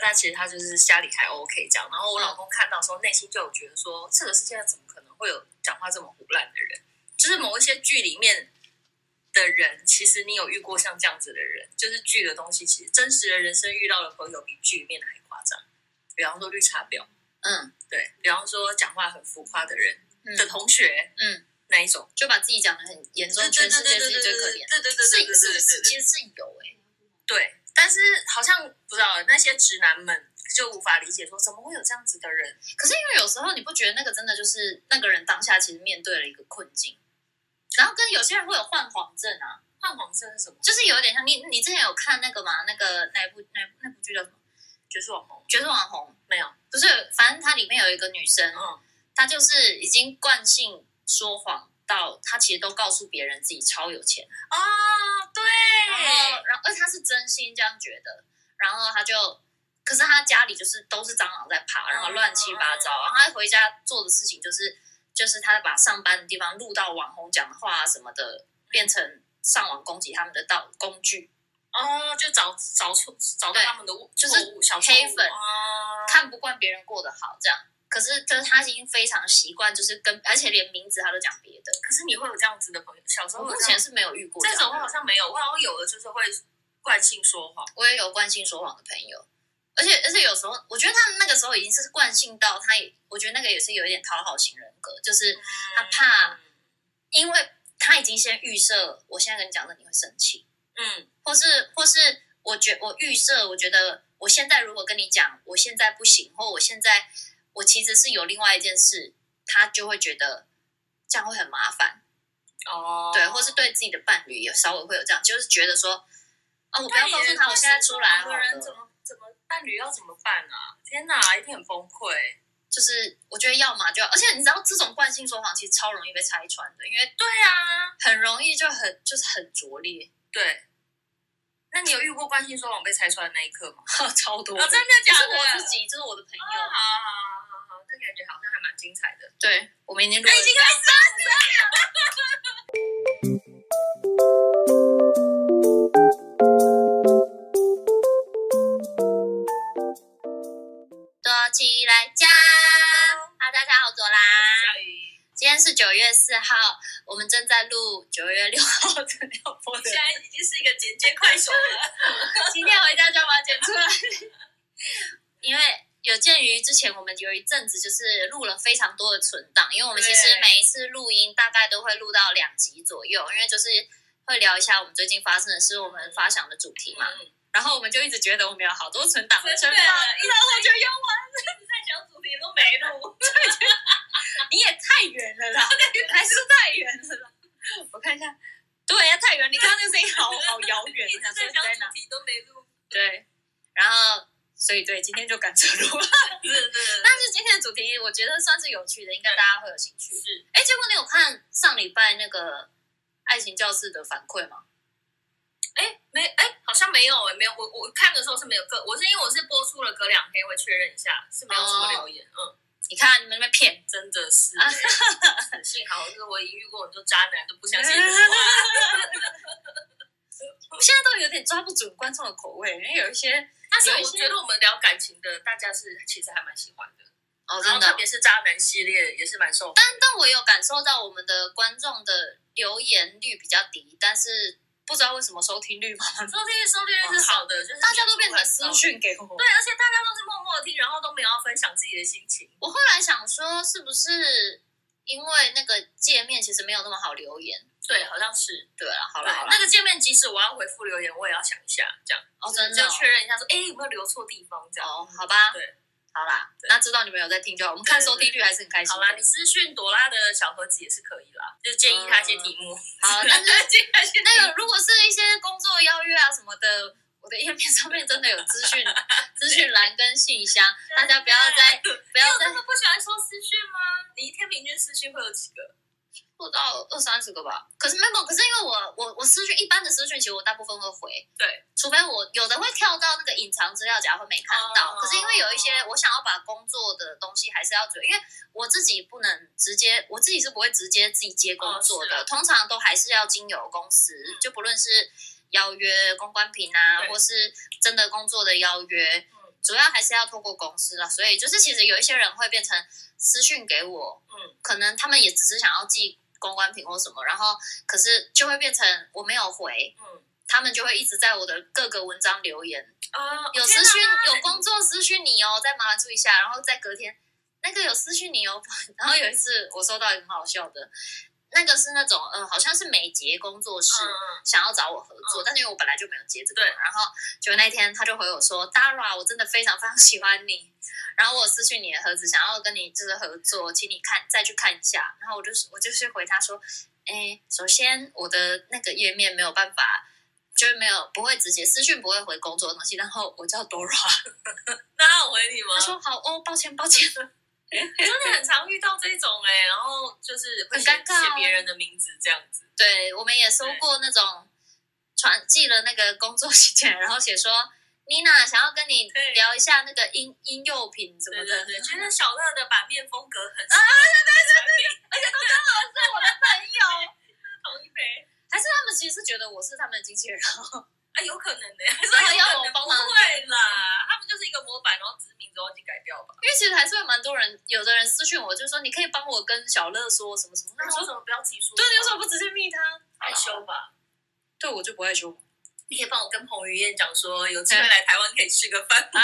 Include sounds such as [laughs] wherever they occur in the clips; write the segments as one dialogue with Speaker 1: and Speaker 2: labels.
Speaker 1: 但其实他就是家里还 OK 这样。然后我老公看到的时候，内心就有觉得说，这个世界上怎么可能会有讲话这么胡乱的人？就是某一些剧里面的人，其实你有遇过像这样子的人，就是剧的东西，其实真实的人生遇到的朋友比剧里面的还夸张。比方说绿茶婊，
Speaker 2: 嗯
Speaker 1: 对，比方说讲话很浮夸的人、
Speaker 2: 嗯
Speaker 1: 的同学
Speaker 2: 嗯，
Speaker 1: 那一种，
Speaker 2: 就把自己讲的很严重，全世界自己最可怜。
Speaker 1: 对对对
Speaker 2: 是
Speaker 1: 对对
Speaker 2: 是
Speaker 1: 对
Speaker 2: 不是
Speaker 1: 对，
Speaker 2: 其实是有哎、
Speaker 1: 对，但是好像不知道那些直男们就无法理解说怎么会有这样子的人。
Speaker 2: 可是因为有时候你不觉得那个真的就是那个人当下其实面对了一个困境，然后跟有些人会有患黄症啊，
Speaker 1: 泛黄色是什么？
Speaker 2: 就是有点像你你之前有看那个嘛，那个那一部那那部剧叫什么
Speaker 1: 绝世网红
Speaker 2: 《绝世网红》？
Speaker 1: 没有，
Speaker 2: 不是，反正它里面有一个女生，
Speaker 1: 嗯，
Speaker 2: 她就是已经惯性说谎到她其实都告诉别人自己超有钱，
Speaker 1: 哦，对，
Speaker 2: 然后然后而且她是真心这样觉得，然后她就。可是她家里就是都是蟑螂在爬，然后乱七八糟。然后她回家做的事情就是，就是她把上班的地方录到网红讲的话啊什么的，变成上网攻击他们的道工具。
Speaker 1: 哦，就找找出找到
Speaker 2: 对
Speaker 1: 他们的误
Speaker 2: 就是
Speaker 1: 错误小错误
Speaker 2: 黑粉
Speaker 1: 哦
Speaker 2: 看不惯别人过得好这样。可是就是他已经非常习惯，就是跟而且连名字他都讲别的。
Speaker 1: 可是你会有这样子的朋友？小时
Speaker 2: 我
Speaker 1: 候有
Speaker 2: 目
Speaker 1: 哦这
Speaker 2: 前
Speaker 1: 样
Speaker 2: 是没有遇过
Speaker 1: 这
Speaker 2: 样
Speaker 1: 种
Speaker 2: 的
Speaker 1: 我好
Speaker 2: 人
Speaker 1: 像没有，我好像有的就是会惯性说谎。
Speaker 2: 我也有惯性说谎的朋友，而且而且有时候我觉得他们那个时候已经是惯性到他也，我觉得那个也是有一点讨好型人格，就是他怕因为他已经先预设，我现在跟你讲的你会生气，
Speaker 1: 嗯，
Speaker 2: 或是或是我觉我预设，我觉得我现在如果跟你讲我现在不行，或我现在我其实是有另外一件事，他就会觉得这样会很麻烦。
Speaker 1: 哦，
Speaker 2: 对，或是对自己的伴侣也稍微会有这样，就是觉得说，啊，我
Speaker 1: 我
Speaker 2: 不要告诉他，我现在出来好
Speaker 1: 的人怎
Speaker 2: 了。
Speaker 1: 么怎么伴侣要怎么办啊？天哪，一定很崩溃。
Speaker 2: 就是我觉得要嘛就要，而且你知道这种惯性说谎其实超容易被拆穿的，因为
Speaker 1: 对啊，
Speaker 2: 很容易就很就是很拙劣， [laughs]
Speaker 1: 对。那你有遇过惯性说谎被拆穿的那一刻吗？
Speaker 2: 超多
Speaker 1: 我
Speaker 2: 的。
Speaker 1: 哦真的假的？啊
Speaker 2: 就是我自己，就是我的朋
Speaker 1: 哦。好
Speaker 2: 友。
Speaker 1: 好好好好，那感觉好像还蛮精彩的。
Speaker 2: 对，我们已经录了
Speaker 1: 已经开始
Speaker 2: 多起来讲。啊，大家好，朵啦。
Speaker 1: 下雨，
Speaker 2: 今天是九月四号，我们正在录九月六号的 [laughs] 六波的
Speaker 1: 现在已经是一个剪接快手了。
Speaker 2: 今天回家就要把它剪出来，因为有鉴于之前我们有一阵子就是录了非常多的存档，因为我们其实
Speaker 1: 对
Speaker 2: 每一次录音大概都会录到两集左右，因为就是会聊一下我们最近发生的事，我们发想的主题嘛。
Speaker 1: 嗯，
Speaker 2: 然后我们就一直觉得我们有好多存档的
Speaker 1: 真
Speaker 2: 存
Speaker 1: 的，
Speaker 2: 放，
Speaker 1: 一到我就用完， [laughs] 你在想主题都没 [laughs] 录。
Speaker 2: 你也太远了
Speaker 1: [laughs]
Speaker 2: 啦，还是太远了啦。我看一下，对呀、啊太远，你刚刚那个声音好好
Speaker 1: [laughs]
Speaker 2: 遥远，
Speaker 1: 一
Speaker 2: 我
Speaker 1: 直
Speaker 2: 想说
Speaker 1: 在
Speaker 2: 你
Speaker 1: 想
Speaker 2: 在哪
Speaker 1: 主？题都没录。
Speaker 2: 对，然后所以对，今天就赶着录。
Speaker 1: [laughs] [laughs] 是是
Speaker 2: 但是今天的主题我觉得算是有趣的，应该大家会有兴趣。
Speaker 1: 是，
Speaker 2: 哎，结果你有看上礼拜那个爱情教室的反馈吗？
Speaker 1: 哎，没哎，好像没有哎，没有。我我看的时候是没有个，我是因为我是播出了，隔两天会确认一下，是没有什么留言。嗯。
Speaker 2: 你看你们那边骗，
Speaker 1: 真的 [laughs] 是、
Speaker 2: 啊
Speaker 1: 欸，幸好就是我一遇过，我就渣男就不相信 [laughs] 你的话。
Speaker 2: 我现在都有点抓不准观众的口味，因为有一些
Speaker 1: 但是
Speaker 2: 有一
Speaker 1: 我
Speaker 2: 些
Speaker 1: 觉得我们聊感情的，大家是其实还蛮喜欢的，
Speaker 2: 哦
Speaker 1: 然后
Speaker 2: 真
Speaker 1: 特
Speaker 2: 的，
Speaker 1: 别是渣男系列也是蛮受欢
Speaker 2: 但我有感受到我们的观众的留言率比较低，但是不知道为什么收听率嘛，
Speaker 1: 迎。收听收听率是好的，就是
Speaker 2: 大家都变成私
Speaker 1: 讯。
Speaker 2: 讯给我。
Speaker 1: 对，而且大家都是默默地听，然后都没有要分享自己的心情。
Speaker 2: 我后来想说，是不是因为那个界面其实没有那么好留言？
Speaker 1: 对，好像是。
Speaker 2: 对啊了，好
Speaker 1: 对
Speaker 2: 了好，了
Speaker 1: 那，个界面即使我要回复留言，我也要想一下，这样
Speaker 2: 哦真的
Speaker 1: 就
Speaker 2: 哦
Speaker 1: 确认一下说，哎，有没有留错地方这样。
Speaker 2: 哦，好吧，
Speaker 1: 对，
Speaker 2: 好啦，
Speaker 1: 对
Speaker 2: 那知道你们有在听就好。我们看收听率还是很开心
Speaker 1: 好
Speaker 2: 的。
Speaker 1: 啦，你私讯朵拉的小盒子也是可以啦，就建议他一些题目。
Speaker 2: 好但是
Speaker 1: 建议他一些题目
Speaker 2: 那个如果是一些工作邀约啊什么的，我的页面上面真的有资 [laughs] 讯资讯栏跟信箱，大家不要
Speaker 1: [laughs]
Speaker 2: 再不
Speaker 1: 不
Speaker 2: 要再
Speaker 1: 真的不喜欢收私讯吗？你一天平均私讯会有几个？
Speaker 2: 做到二三十个吧。可是没有，可是因为我我我私讯一般的私讯，其实我大部分会回，
Speaker 1: 对，
Speaker 2: 除非我有的会跳到那个隐藏资料夹会没看到。
Speaker 1: 哦
Speaker 2: 可是因为有一些我想要把工作的东西还是要准，因为我自己不能直接，我自己是不会直接自己接工作
Speaker 1: 哦是
Speaker 2: 的，
Speaker 1: 啊
Speaker 2: 通常都还是要经由公司，
Speaker 1: 嗯
Speaker 2: 就不论是邀约公关品啊，
Speaker 1: 对
Speaker 2: 或是真的工作的邀约。
Speaker 1: 嗯
Speaker 2: 主要还是要透过公司啦。所以就是其实有一些人会变成私讯给我，
Speaker 1: 嗯，
Speaker 2: 可能他们也只是想要寄公关品或什么，然后可是就会变成我没有回，
Speaker 1: 嗯，
Speaker 2: 他们就会一直在我的各个文章留言，
Speaker 1: 哦，
Speaker 2: 有
Speaker 1: 天
Speaker 2: 私讯
Speaker 1: 哪
Speaker 2: 有工作私讯你哦，再麻烦注意一下，然后在隔天那个有私讯你哦， [laughs] 然后有一次我收到一个很好笑的，那个是那种嗯、呃好像是美睫工作室。
Speaker 1: 嗯
Speaker 2: 想要找我合作，
Speaker 1: 嗯
Speaker 2: 但是因为我本来就没有接这个嘛，
Speaker 1: 对
Speaker 2: 然后结果那天他就回我说：“Dara，我真的非常非常喜欢你，然后我私讯你的盒子，想要跟你就是合作，请你看再去看一下。”然后我就是我就是回他说：“哎，首先我的那个页面没有办法。”就是没有不会直接私讯不会回工作的东西，然后我叫
Speaker 1: 嗯
Speaker 2: Dora，
Speaker 1: 那他有回你吗？
Speaker 2: 他说好哦，抱歉抱歉，
Speaker 1: 真的很常遇到这种哎、然后就是会写
Speaker 2: 很尴尬啊
Speaker 1: 写别人的名字这样子，
Speaker 2: 对，我们也收过那种传寄了那个工作 [laughs] 信件，然后写说妮娜想要跟你
Speaker 1: 对
Speaker 2: 聊一下那个婴婴幼品怎么
Speaker 1: 对
Speaker 2: 的，
Speaker 1: 对对，觉得小乐的版面风格很啊，
Speaker 2: 有，
Speaker 1: 同一杯
Speaker 2: 还是他们其实是觉得我是他们的经纪人，
Speaker 1: 啊，有可能的、欸，
Speaker 2: 然后要我
Speaker 1: 不
Speaker 2: 帮忙
Speaker 1: 会啦，他们就是一个模板，然后只是名字忘记改掉吧。
Speaker 2: 因为其实还是有蛮多人，有的人私讯我就说你可以帮我跟小乐说什么什么，那我说
Speaker 1: 什么不要自己说
Speaker 2: 对，你为什
Speaker 1: 种
Speaker 2: 么不直接密他？
Speaker 1: 害羞吧？
Speaker 2: 对我就不害羞 [laughs]
Speaker 1: 你可以帮我跟彭于晏讲说，有机会来台湾可以吃个饭。
Speaker 2: 啊，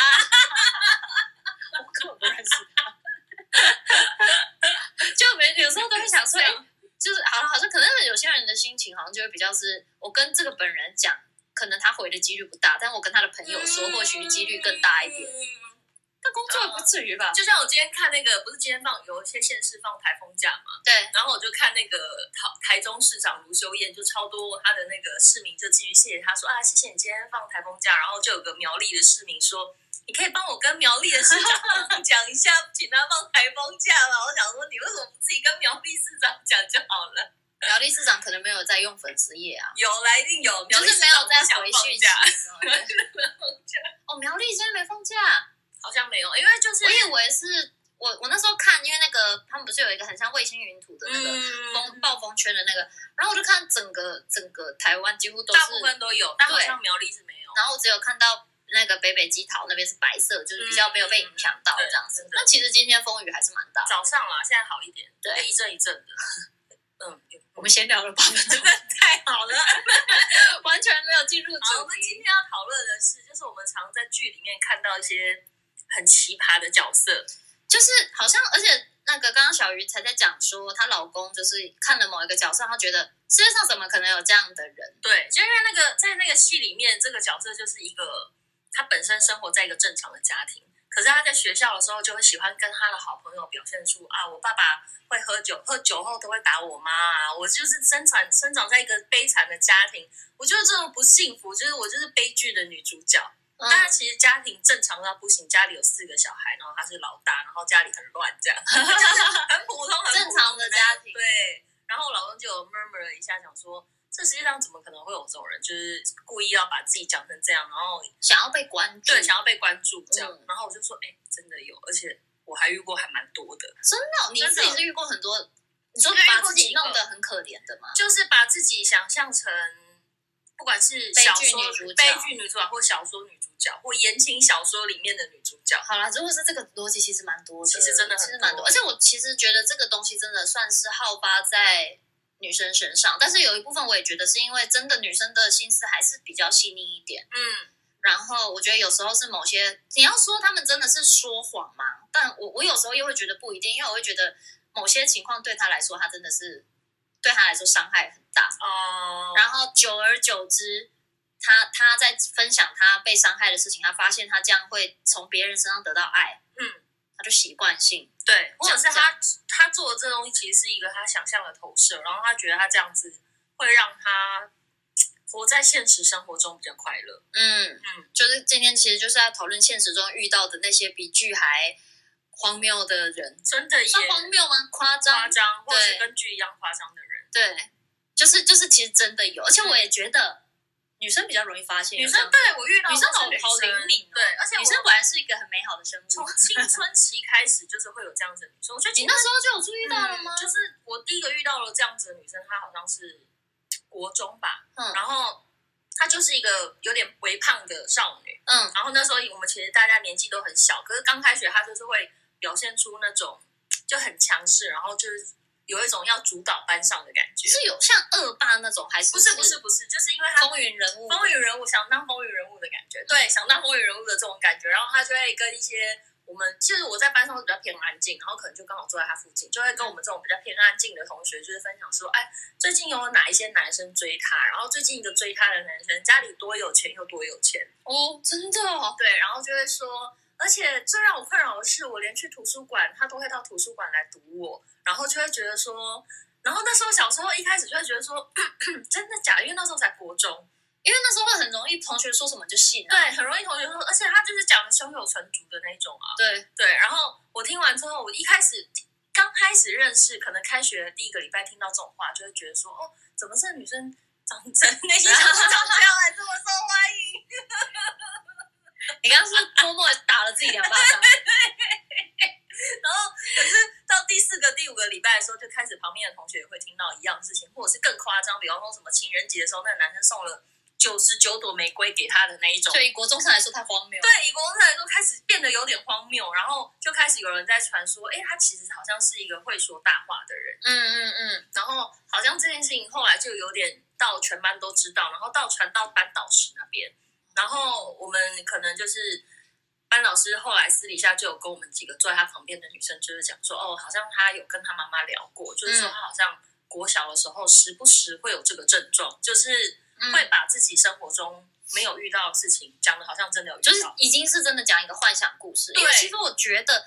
Speaker 2: 我根本不认识他，就没有时候都会想说，哎、就是好了，好像可能有些人的心情好像就会比较是，我跟这个本人讲，可能他回的几率不大，但我跟他的朋友说，或许几率更大一点。
Speaker 1: 嗯
Speaker 2: 但工作也不至于吧？
Speaker 1: 就像我今天看那个，不是今天放有一些县市放台风假嘛，
Speaker 2: 对，
Speaker 1: 然后我就看那个台台中市长卢修燕，就超多他的那个市民就进去谢谢他说啊，谢谢你今天放台风假，然后就有个苗栗的市民说。你可以帮我跟苗栗的市
Speaker 2: [laughs]
Speaker 1: 长讲一下，请他放台风假吗？我想说，你为什么不自己跟苗栗市长讲就好了？
Speaker 2: 苗栗市长可能没有在用粉丝页啊，
Speaker 1: 有啦，一定有，苗
Speaker 2: 就
Speaker 1: 栗
Speaker 2: 是
Speaker 1: 市
Speaker 2: 没有
Speaker 1: 长
Speaker 2: 在
Speaker 1: 不想
Speaker 2: 回
Speaker 1: 放
Speaker 2: 讯息
Speaker 1: 假， [laughs]
Speaker 2: 对。哦，苗栗真的没放假，
Speaker 1: 好像没有，因为就是啊
Speaker 2: 我以为是我我那时候看，因为那个他们不是有一个很像卫星云图的那个风
Speaker 1: 嗯，
Speaker 2: 暴风圈的那个，然后我就看整个整个台湾几乎都是
Speaker 1: 大部分都有，但好像苗栗是没有。
Speaker 2: 然后我只有看到那个北北基桃那边是白色，就是比较没有被影响到
Speaker 1: 嗯嗯嗯
Speaker 2: 这样子
Speaker 1: 对真。的
Speaker 2: 那其实今天风雨还是蛮大的。
Speaker 1: 早上啦，现在好一点，
Speaker 2: 对
Speaker 1: 就一阵一阵的。嗯，
Speaker 2: 我们闲聊了
Speaker 1: [laughs]
Speaker 2: 八分钟，
Speaker 1: 太好了。
Speaker 2: 完全没有进入
Speaker 1: 好，我
Speaker 2: 主
Speaker 1: 们今
Speaker 2: 题。
Speaker 1: 天要讨论的是，就是我们常在剧里面看到一些很奇葩的角色。
Speaker 2: 就是好像，而且那个刚刚小鱼才在讲说，她老公就是看了某一个角色，她觉得世界上怎么可能有这样的人？
Speaker 1: 对，就因为那个在那个戏里面，这个角色就是一个他本身生活在一个正常的家庭，可是他在学校的时候就会喜欢跟他的好朋友表现出啊，我爸爸会喝酒，喝酒后都会打我妈啊，我就是生长生长在一个悲惨的家庭，我就是这种不幸福，就是我就是悲剧的女主角。
Speaker 2: 嗯
Speaker 1: 但是其实家庭正常到不行，家里有四个小孩，然后他是老大，然后家里很乱，这样很普通，
Speaker 2: [laughs]
Speaker 1: 很普通
Speaker 2: 正常的家庭
Speaker 1: 对，然后我老公就有 murmur 了一下，想说这世界上怎么可能会有这种人，就是故意要把自己讲成这样，然后
Speaker 2: 想要被关注，
Speaker 1: 对想要被关注这样。
Speaker 2: 嗯
Speaker 1: 然后我就说，哎、真的有，而且我还遇过还蛮多的，
Speaker 2: 那你自己是遇过很多，你说
Speaker 1: 我遇过
Speaker 2: 把自己
Speaker 1: 几个
Speaker 2: 弄得很可怜的吗？
Speaker 1: 就是把自己想象成。不管是
Speaker 2: 悲剧
Speaker 1: 小说
Speaker 2: 女主角
Speaker 1: 悲剧女主角，或小说女主角，或言情小说里面的女主角，
Speaker 2: 好啦，如果是这个逻辑，其实蛮多的，
Speaker 1: 其实真的很多
Speaker 2: 其实蛮多。而且我其实觉得这个东西真的算是好发在女生身上，但是有一部分我也觉得是因为真的女生的心思还是比较细腻一点。
Speaker 1: 嗯，
Speaker 2: 然后我觉得有时候是某些，你要说他们真的是说谎吗？但我我有时候又会觉得不一定，因为我会觉得某些情况对他来说，他真的是对他来说伤害很大。
Speaker 1: 哦、
Speaker 2: 然后久而久之，他他在分享他被伤害的事情，他发现他这样会从别人身上得到爱，
Speaker 1: 嗯，
Speaker 2: 他就习惯性，
Speaker 1: 对，或者是
Speaker 2: 想
Speaker 1: 他他做的这东西其实是一个他想象的投射，然后他觉得他这样子会让他活在现实生活中比较快乐。
Speaker 2: 嗯
Speaker 1: 嗯，
Speaker 2: 就是今天其实就是要讨论现实中遇到的那些比剧还荒谬的人，
Speaker 1: 真的也
Speaker 2: 算荒谬吗？夸张，
Speaker 1: 夸张，或者是
Speaker 2: 对
Speaker 1: 跟剧一样夸张的人，
Speaker 2: 对，就是就是其实真的有，而且我也觉得女生比较容易发现
Speaker 1: 女
Speaker 2: 有这
Speaker 1: 生
Speaker 2: 样的，
Speaker 1: 对我遇到
Speaker 2: 女
Speaker 1: 的
Speaker 2: 生好
Speaker 1: 是女
Speaker 2: 好灵敏、哦，
Speaker 1: 对，而且
Speaker 2: 女生
Speaker 1: 我
Speaker 2: 果然是一个很美好的生物。
Speaker 1: 从青春期开始就是会有这样子的女生，我觉得
Speaker 2: 你那时候就有注意
Speaker 1: 遇
Speaker 2: 到了吗？
Speaker 1: 嗯就是我第一个遇到了这样子的女生，她好像是国中吧，
Speaker 2: 嗯
Speaker 1: 然后。她就是一个有点微胖的少女。
Speaker 2: 嗯
Speaker 1: 然后那时候我们其实大家年纪都很小，可是刚开学她就是会表现出那种就很强势，然后就是有一种要主导班上的感觉。
Speaker 2: 是有像恶霸那种，还是
Speaker 1: 不是不是不是，就是因为她
Speaker 2: 风云人物？
Speaker 1: 风云人物，想当风云人物的感觉，对，想当风云人物的这种感觉。然后他就会跟一些我们，就是我在班上比较偏安静，然后可能就刚好坐在他附近，就会跟我们这种比较偏安静的同学，就是分享说，哎，最近有哪一些男生追他，然后最近一个追他的男生家里多有钱又多有钱，
Speaker 2: 哦，真的哦，
Speaker 1: 对，然后就会说，而且最让我困扰的是，我连去图书馆，他都会到图书馆来读我，然后就会觉得说，然后那时候小时候一开始就会觉得说， [clears throat] 真的假的？因为那时候才国中。
Speaker 2: 因为那时候会很容易同学说什么就信啊。
Speaker 1: 对，很容易同学说，而且他就是讲的胸有成竹的那种啊。
Speaker 2: 对，
Speaker 1: 对，然后我听完之后，我一开始刚开始认识，可能开学第一个礼拜听到这种话，就会觉得说，哦，怎么这女生长成 [laughs] 内心小长这样，还这么受欢迎？
Speaker 2: 你刚刚是不是默默地打了自己两巴掌，
Speaker 1: 然后可是到第四个、第五个礼拜的时候，就开始旁边的同学也会听到一样事情，或者是更夸张，比方说什么情人节的时候，那个男生送了九十九朵玫瑰给她的那一 [laughs] 种。
Speaker 2: 对于国中上来说太荒谬。
Speaker 1: 对，以国中来说开始变得有点荒谬，然后就开始有人在传说，哎，他其实好像是一个会说大话的人，
Speaker 2: 嗯嗯嗯，
Speaker 1: 然后好像这件事情后来就有点到全班都知道，然后到传到班导师那边，然后我们可能就是。班老师后来私底下就有跟我们几个坐在他旁边的女生，就是讲说，哦，好像他有跟他妈妈聊过，就是说
Speaker 2: 嗯
Speaker 1: 他好像国小的时候时不时会有这个症状，就是
Speaker 2: 嗯
Speaker 1: 会把自己生活中没有遇到的事情讲的好像真的有遇到，
Speaker 2: 就是已经是真的讲一个幻想故事。因为
Speaker 1: 对
Speaker 2: 其实我觉得，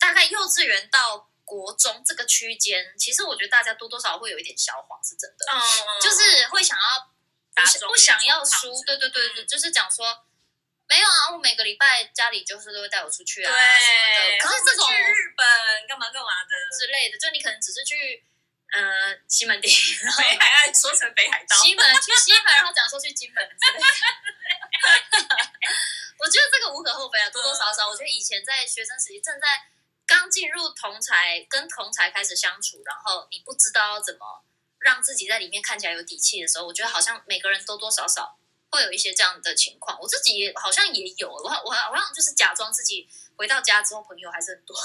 Speaker 2: 大概幼稚园到国中这个区间，其实我觉得大家多多少少会有一点小谎，是真的，
Speaker 1: 嗯
Speaker 2: 就是会想要
Speaker 1: 打
Speaker 2: 不
Speaker 1: 肿
Speaker 2: 不想要
Speaker 1: 脸充
Speaker 2: 输
Speaker 1: 胖子，
Speaker 2: 对对对对，
Speaker 1: 嗯
Speaker 2: 就是讲说。没有啊，我每个礼拜家里就是都会带我出去
Speaker 1: 对
Speaker 2: 啊什么的。可
Speaker 1: 可
Speaker 2: 是
Speaker 1: 是
Speaker 2: 这种
Speaker 1: 去日本干嘛干嘛的， [laughs]
Speaker 2: 之类的，就你可能只是去呃西门町，然后
Speaker 1: 北海岸说成北海道，
Speaker 2: 西门去西门，然后讲说去金门之类的。我觉得这个无可厚非啊，多多少少，我觉得以前在学生时期，正在刚进入同才，跟同才开始相处，然后你不知道要怎么让自己在里面看起来有底气的时候，我觉得好像每个人多多少少会有一些这样的情况。我自己也好像也有，我好我好像就是假装自己回到家之后朋友还是很多，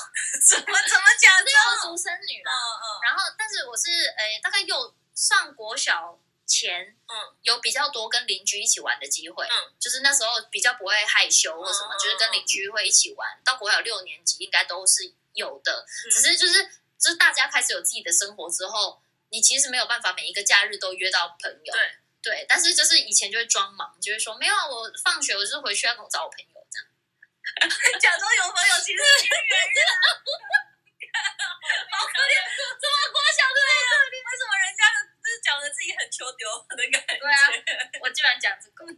Speaker 1: 怎么怎么讲
Speaker 2: 因为我是独生女
Speaker 1: 嗯
Speaker 2: 啊啦，
Speaker 1: 嗯
Speaker 2: 然后，但是我是诶、大概有上国小前，
Speaker 1: 嗯，
Speaker 2: 有比较多跟邻居一起玩的机会，
Speaker 1: 嗯，
Speaker 2: 就是那时候比较不会害羞或什么，
Speaker 1: 嗯嗯
Speaker 2: 就是跟邻居会一起玩。到国小六年级应该都是有的，
Speaker 1: 嗯
Speaker 2: 只是就是就是大家开始有自己的生活之后，你其实没有办法每一个假日都约到朋友，
Speaker 1: 对
Speaker 2: 对，但是就是以前就会装忙，就会说没有啊，我放学我就是回去要跟我找我朋友这样。
Speaker 1: 嗯，假装有朋友，其实是远人。好可怜，这么国小的那个，为什么人家就是讲的自己很丢丢的感觉？
Speaker 2: 对 [laughs] 啊我居然讲这个， [laughs] 没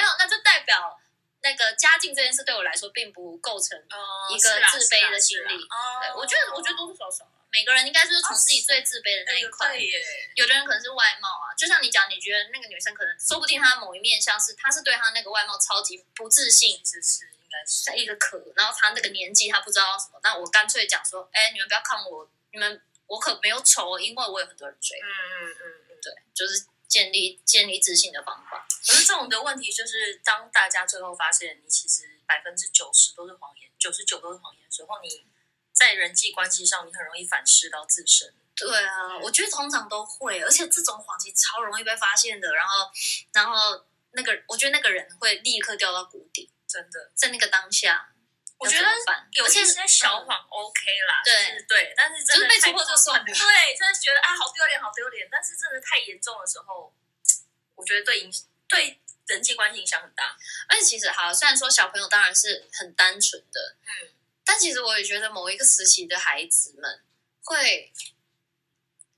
Speaker 2: 有，那就代表那个家境这件事对我来说并不构成
Speaker 1: 哦
Speaker 2: 一个
Speaker 1: 是啦
Speaker 2: 自卑
Speaker 1: 是啦
Speaker 2: 的心理
Speaker 1: 是啦
Speaker 2: 对，
Speaker 1: 哦，
Speaker 2: 我觉得，我觉得多多少少啊，每个人应该就是从自己最自卑的那
Speaker 1: 对
Speaker 2: 一块。
Speaker 1: 对耶，
Speaker 2: 有的人可能是外貌啊，就像你讲，你觉得那个女生可能，说不定她某一面像是她是对她那个外貌超级不自信，
Speaker 1: 其实是应该是
Speaker 2: 在一个壳，然后她那个年纪她不知道什么，那我干脆讲说，哎，你们不要看我，你们我可没有丑，因为我有很多人追
Speaker 1: 嗯，嗯嗯嗯。
Speaker 2: 对，就是建立建立自信的方法。
Speaker 1: 可是这种的问题就是，当大家最后发现你其实百分之九十都是谎言，九十九都是谎言的时候，你在人际关系上，你很容易反思到自身。
Speaker 2: 对啊，我觉得通常都会，而且这种谎其实超容易被发现的，然后然后那个我觉得那个人会立刻掉到谷底。
Speaker 1: 真的，
Speaker 2: 在那个当下，
Speaker 1: 我觉得
Speaker 2: 要怎么办
Speaker 1: 有
Speaker 2: 而
Speaker 1: 一
Speaker 2: 且嗯
Speaker 1: 些小谎 OK 啦，
Speaker 2: 对
Speaker 1: 就是对，但是真的
Speaker 2: 就是被
Speaker 1: 太
Speaker 2: 戳破就算了
Speaker 1: 对，真的觉得啊好丢脸，好丢脸。但是真的太严重的时候，我觉得对影对人际关系影响很大。
Speaker 2: 而且其实好，虽然说小朋友当然是很单纯的，
Speaker 1: 嗯，
Speaker 2: 但其实我也觉得某一个时期的孩子们会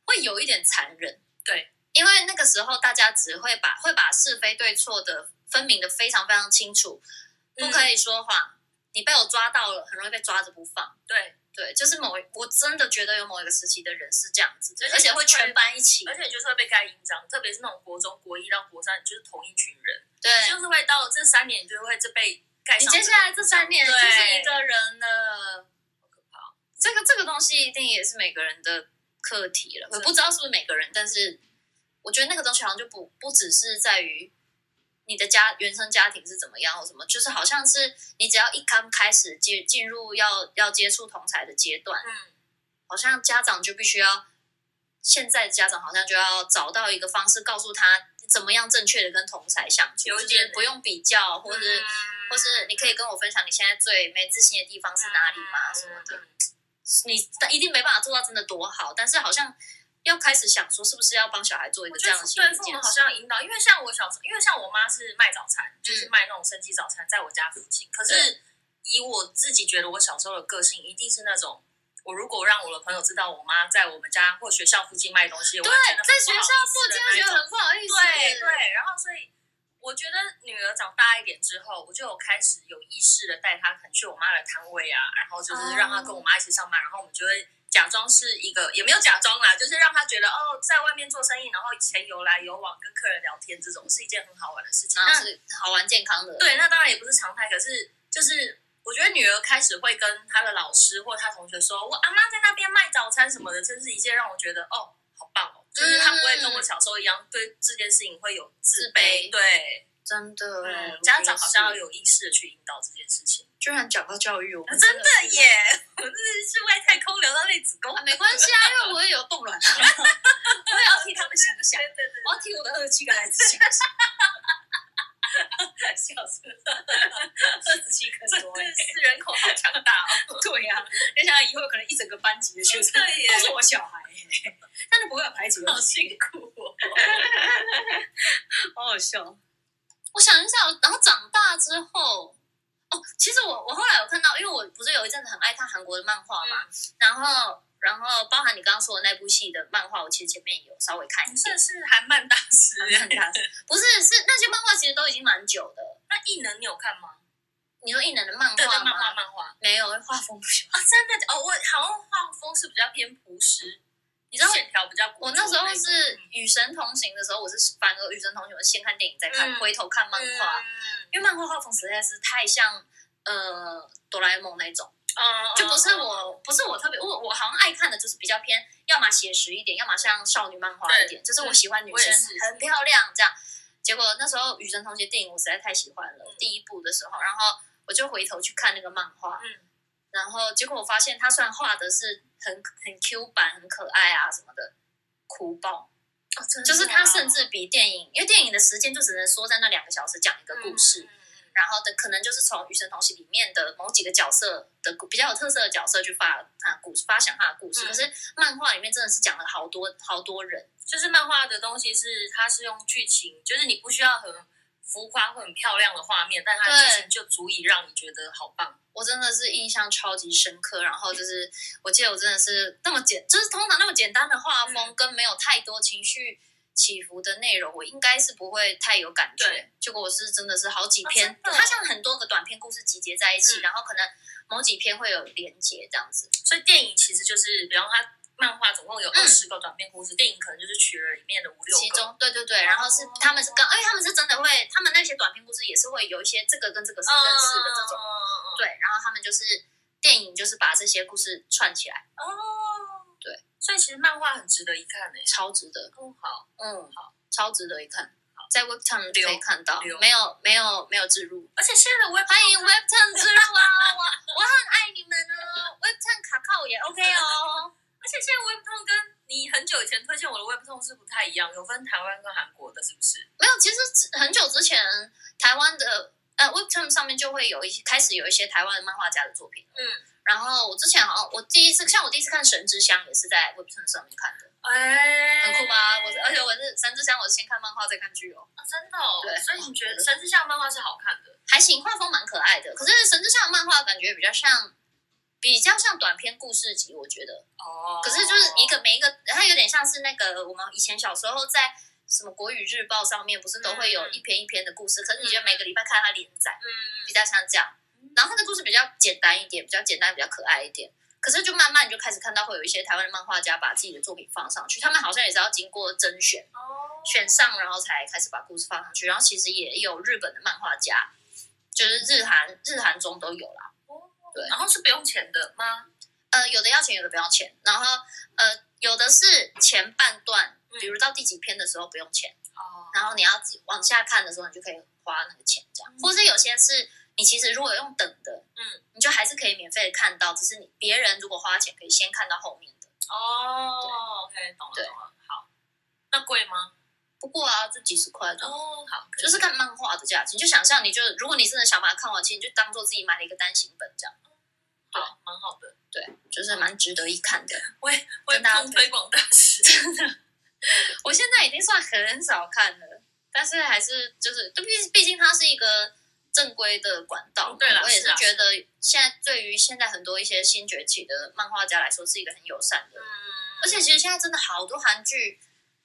Speaker 2: 会有一点残忍，
Speaker 1: 对，
Speaker 2: 因为那个时候大家只会把会把是非对错的分明的非常非常清楚，
Speaker 1: 嗯
Speaker 2: 不可以说谎，你被我抓到了，很容易被抓着不放。
Speaker 1: 对，
Speaker 2: 对，就是某一，我真的觉得有某一个时期的人是这样子的，
Speaker 1: 而且
Speaker 2: 而且会
Speaker 1: 就是会
Speaker 2: 全班一起，
Speaker 1: 而且你就是会被盖印章，特别是那种国中国一到国三，你就是同一群人，
Speaker 2: 对，
Speaker 1: 就是会到这三年，你就会这被盖
Speaker 2: 你
Speaker 1: 上。
Speaker 2: 接下来这三年就
Speaker 1: 对
Speaker 2: 是一个人了，这个这个东西一定也是每个人的课题了。我
Speaker 1: 真的
Speaker 2: 不知道是不是每个人，但是我觉得那个东西好像就不不只是在于你的家原生家庭是怎么样，或什么，就是好像是你只要一刚开始进进入要要接触同才的阶段，
Speaker 1: 嗯，
Speaker 2: 好像家长就必须要，现在家长好像就要找到一个方式告诉他怎么样正确的跟同才相处，
Speaker 1: 有
Speaker 2: 就
Speaker 1: 一点
Speaker 2: 是不用比较，或
Speaker 1: 嗯
Speaker 2: 是、或是你可以跟我分享你现在最没自信的地方是哪里吗？什么的，
Speaker 1: 嗯，
Speaker 2: 你但一定没办法做到真的多好，但是好像要开始想说是不是要帮小孩做一
Speaker 1: 我
Speaker 2: 个
Speaker 1: 觉
Speaker 2: 这
Speaker 1: 得
Speaker 2: 样的心
Speaker 1: 对
Speaker 2: 理
Speaker 1: 父母
Speaker 2: 建
Speaker 1: 好
Speaker 2: 设，
Speaker 1: 像要引导，因为像我小时候，因为像我妈是卖早餐，
Speaker 2: 嗯
Speaker 1: 就是卖那种生鸡早餐，在我家附近。可是以我自己觉得，我小时候的个性一定是那种，我如果让我的朋友知道我妈在我们家或学校附近卖东西，我
Speaker 2: 对
Speaker 1: 会觉得，
Speaker 2: 在学校附近会觉
Speaker 1: 觉
Speaker 2: 得很不好意思，
Speaker 1: 对对，然后所以我觉得女儿长大一点之后，我就有开始有意识的带她可能去我妈的摊位啊，然后就是让她跟我妈一起上班，然后我们就会假装是一个也没有假装啦，就是让她觉得哦，在外面做生意，然后钱有来有往，跟客人聊天这种是一件很好玩的事情。
Speaker 2: 然后
Speaker 1: 那
Speaker 2: 是好玩健康的，
Speaker 1: 对，那当然也不是常态，可是就是。我觉得女儿开始会跟她的老师或她同学说：“我阿妈在那边卖早餐什么的，真是一件让我觉得哦，好棒哦！”就是她不会跟我小时候一样对这件事情会有自
Speaker 2: 自
Speaker 1: 卑。
Speaker 2: 卑
Speaker 1: 对，
Speaker 2: 真的哎、
Speaker 1: 嗯，家长好像
Speaker 2: 我
Speaker 1: 要
Speaker 2: 也是
Speaker 1: 有意识的去引导这件事情。
Speaker 2: 居然讲到教育，我们
Speaker 1: 真
Speaker 2: 的
Speaker 1: 的耶， [laughs] 我真的是外太空流到内子宫，
Speaker 2: 没关系啊，因为我也有冻卵，我也要替他们想想，
Speaker 1: 对对对，
Speaker 2: 我要替
Speaker 1: [laughs]
Speaker 2: 我的二十七个孩子想想，
Speaker 1: 笑死了，
Speaker 2: 二十七个
Speaker 1: 真
Speaker 2: 多
Speaker 1: 的
Speaker 2: 哎、
Speaker 1: 是人口好强大哦。
Speaker 2: 对呀、啊，你想想以后可能一整个班级的学生
Speaker 1: 真的耶
Speaker 2: 都是我小孩、欸，但是不会有排挤的，
Speaker 1: 好辛苦哦。
Speaker 2: [laughs] 好好笑。我想一下，我然后长大之后，哦，其实我我后来有看到，因为我不是有一阵子很爱看韩国的漫画嘛，然后然后包含你刚刚说的那部戏的漫画，我其实前面有稍微看一
Speaker 1: 你
Speaker 2: 下
Speaker 1: 真，的是韩漫大师耶。
Speaker 2: 很大不是是那些漫画其实都已经蛮久的。
Speaker 1: [laughs] 那异能你有看吗？
Speaker 2: 你说艺人的漫
Speaker 1: 对对，
Speaker 2: 画
Speaker 1: 漫画
Speaker 2: 吗？
Speaker 1: 漫画。
Speaker 2: 没有，画风不行。
Speaker 1: 啊，真的哦，我好像画风是比较偏朴实，
Speaker 2: 你知道
Speaker 1: 线条比较
Speaker 2: 我
Speaker 1: 朴素的
Speaker 2: 那嗯
Speaker 1: 一
Speaker 2: 时
Speaker 1: 种。
Speaker 2: 候是《
Speaker 1: 嗯
Speaker 2: 与神同行》的时候，我是反而《与神同行》，我是先看电影再看，
Speaker 1: 嗯
Speaker 2: 回头看漫画，
Speaker 1: 嗯
Speaker 2: 因为漫画画风实在是太像呃哆啦 A 梦那种，
Speaker 1: 嗯
Speaker 2: 就不是我不是我特别我我好像爱看的就是比较偏，要么写实一点，要么像少女漫画一点，就是我喜欢女
Speaker 1: 我也
Speaker 2: 生
Speaker 1: 是
Speaker 2: 很漂亮这样。结果那时候《与神同行》电影我实在太喜欢了，
Speaker 1: 嗯
Speaker 2: 第一部的时候，然后我就回头去看那个漫画，
Speaker 1: 嗯
Speaker 2: 然后结果我发现他虽然画的是很很 Q 版、很可爱啊什么的，哭爆，
Speaker 1: 哦真的
Speaker 2: 就是他甚至比电影，因为电影的时间就只能缩在那两个小时讲一个故事，
Speaker 1: 嗯嗯
Speaker 2: 然后的可能就是从《与神同行》里面的某几个角色的故比较有特色的角色去发他的故事，发想他的故事。
Speaker 1: 嗯
Speaker 2: 可是漫画里面真的是讲了好多好多人，
Speaker 1: 嗯就是漫画的东西是它是用剧情，就是你不需要很浮夸或很漂亮的画面，但它的
Speaker 2: 对
Speaker 1: 剧情就足以让你觉得好棒。
Speaker 2: 我真的是印象超级深刻。然后就是我记得我真的是那么简，就是通常那么简单的画风
Speaker 1: 嗯
Speaker 2: 跟没有太多情绪。起伏的内容，我应该是不会太有感觉
Speaker 1: 对。
Speaker 2: 结果我是真的是好几篇，
Speaker 1: 哦真的哦
Speaker 2: 它像很多个短篇故事集结在一
Speaker 1: 嗯
Speaker 2: 起，然后可能某几篇会有连结这样子。
Speaker 1: 所以电影其实就是，比方它漫画总共有
Speaker 2: 嗯
Speaker 1: 二十个短篇故事，电影可能就是取了里面的五六个。
Speaker 2: 其中对对对，然后是
Speaker 1: 哦
Speaker 2: 他们是刚，因为他们是真的会，他们那些短篇故事也是会有一些这个跟这个是
Speaker 1: 嗯
Speaker 2: 认识的这种，
Speaker 1: 嗯嗯嗯嗯
Speaker 2: 对，然后他们就是电影就是把这些故事串起来，
Speaker 1: 哦，
Speaker 2: 对，
Speaker 1: 所以其实漫画很值得一看欸诶。
Speaker 2: 超值得，
Speaker 1: 更好，
Speaker 2: 嗯，好，超值得一看，在 Webtoon 可以看到
Speaker 1: 留，
Speaker 2: 没有没有没有置入，
Speaker 1: 而且现在的我也
Speaker 2: 欢迎 Webtoon 置入啊，我我很爱你们哦，Webtoon 卡扣也 OK 哦，
Speaker 1: 而且现在 Web 痛跟你很久以前推荐我的 Web 痛是不太一样，有分台湾跟韩国的，是不是？
Speaker 2: 没有，其实很久之前台湾的呃 Webtoon 上面就会有一些开始有一些台湾的漫画家的作品。
Speaker 1: 嗯，
Speaker 2: 然后我之前好像我第一次像我第一次看《神之香》也是在 Webtoon 上面看的，
Speaker 1: 哎
Speaker 2: 很酷吧？我是而且我是《神之香》，我是先看漫画再看剧哦，
Speaker 1: 啊真的、哦，
Speaker 2: 对
Speaker 1: 所以你觉得《神之像漫画是好看的？
Speaker 2: 还行，画风蛮可爱的。可是《神之香》的漫画感觉比较像。比较像短篇故事集，我觉得。
Speaker 1: 哦
Speaker 2: 可是就是一个每一个，它有点像是那个我们以前小时候在什么国语日报上面，不是都会有一篇一篇的故事？可是你觉得每个礼拜看它连载，
Speaker 1: 嗯，
Speaker 2: 比较像这样。然后他的故事比较简单一点，比较简单，比较可爱一点。可是就慢慢你就开始看到会有一些台湾的漫画家把自己的作品放上去，他们好像也是要经过甄选，
Speaker 1: 哦
Speaker 2: 选上然后才开始把故事放上去。然后其实也有日本的漫画家，就是日韩日韩中都有啦。对
Speaker 1: 然后是不用钱的吗？
Speaker 2: 呃，有的要钱，有的不要钱。然后呃，有的是前半段，
Speaker 1: 嗯
Speaker 2: 比如到第几篇的时候不用钱，
Speaker 1: 哦，
Speaker 2: 然后你要自己往下看的时候，你就可以花那个钱这样，
Speaker 1: 嗯
Speaker 2: 或是有些是你其实如果用等的，
Speaker 1: 嗯，
Speaker 2: 你就还是可以免费地看到，只是你别人如果花钱可以先看到后面的。
Speaker 1: 哦，OK，懂了
Speaker 2: 对
Speaker 1: 懂了，好，那贵吗？
Speaker 2: 不过啊，这几十块就、
Speaker 1: 哦，好，可以
Speaker 2: 就是看漫画的价钱，你就想象你就如果你真的想把它看完，其实你就当做自己买了一个单行本这样，
Speaker 1: 好，蛮好的，
Speaker 2: 对，就是
Speaker 1: 嗯
Speaker 2: 蛮值得一看的。
Speaker 1: 为为
Speaker 2: 跟大家
Speaker 1: 碰推广大使，
Speaker 2: 我现在已经算很少看了，但是还是就是，毕毕竟它是一个正规的管道。
Speaker 1: 嗯对啦
Speaker 2: 我也
Speaker 1: 是
Speaker 2: 是
Speaker 1: 啊
Speaker 2: 觉得现在对于现在很多一些新崛起的漫画家来说，是一个很友善的。而且其实现在真的好多韩剧，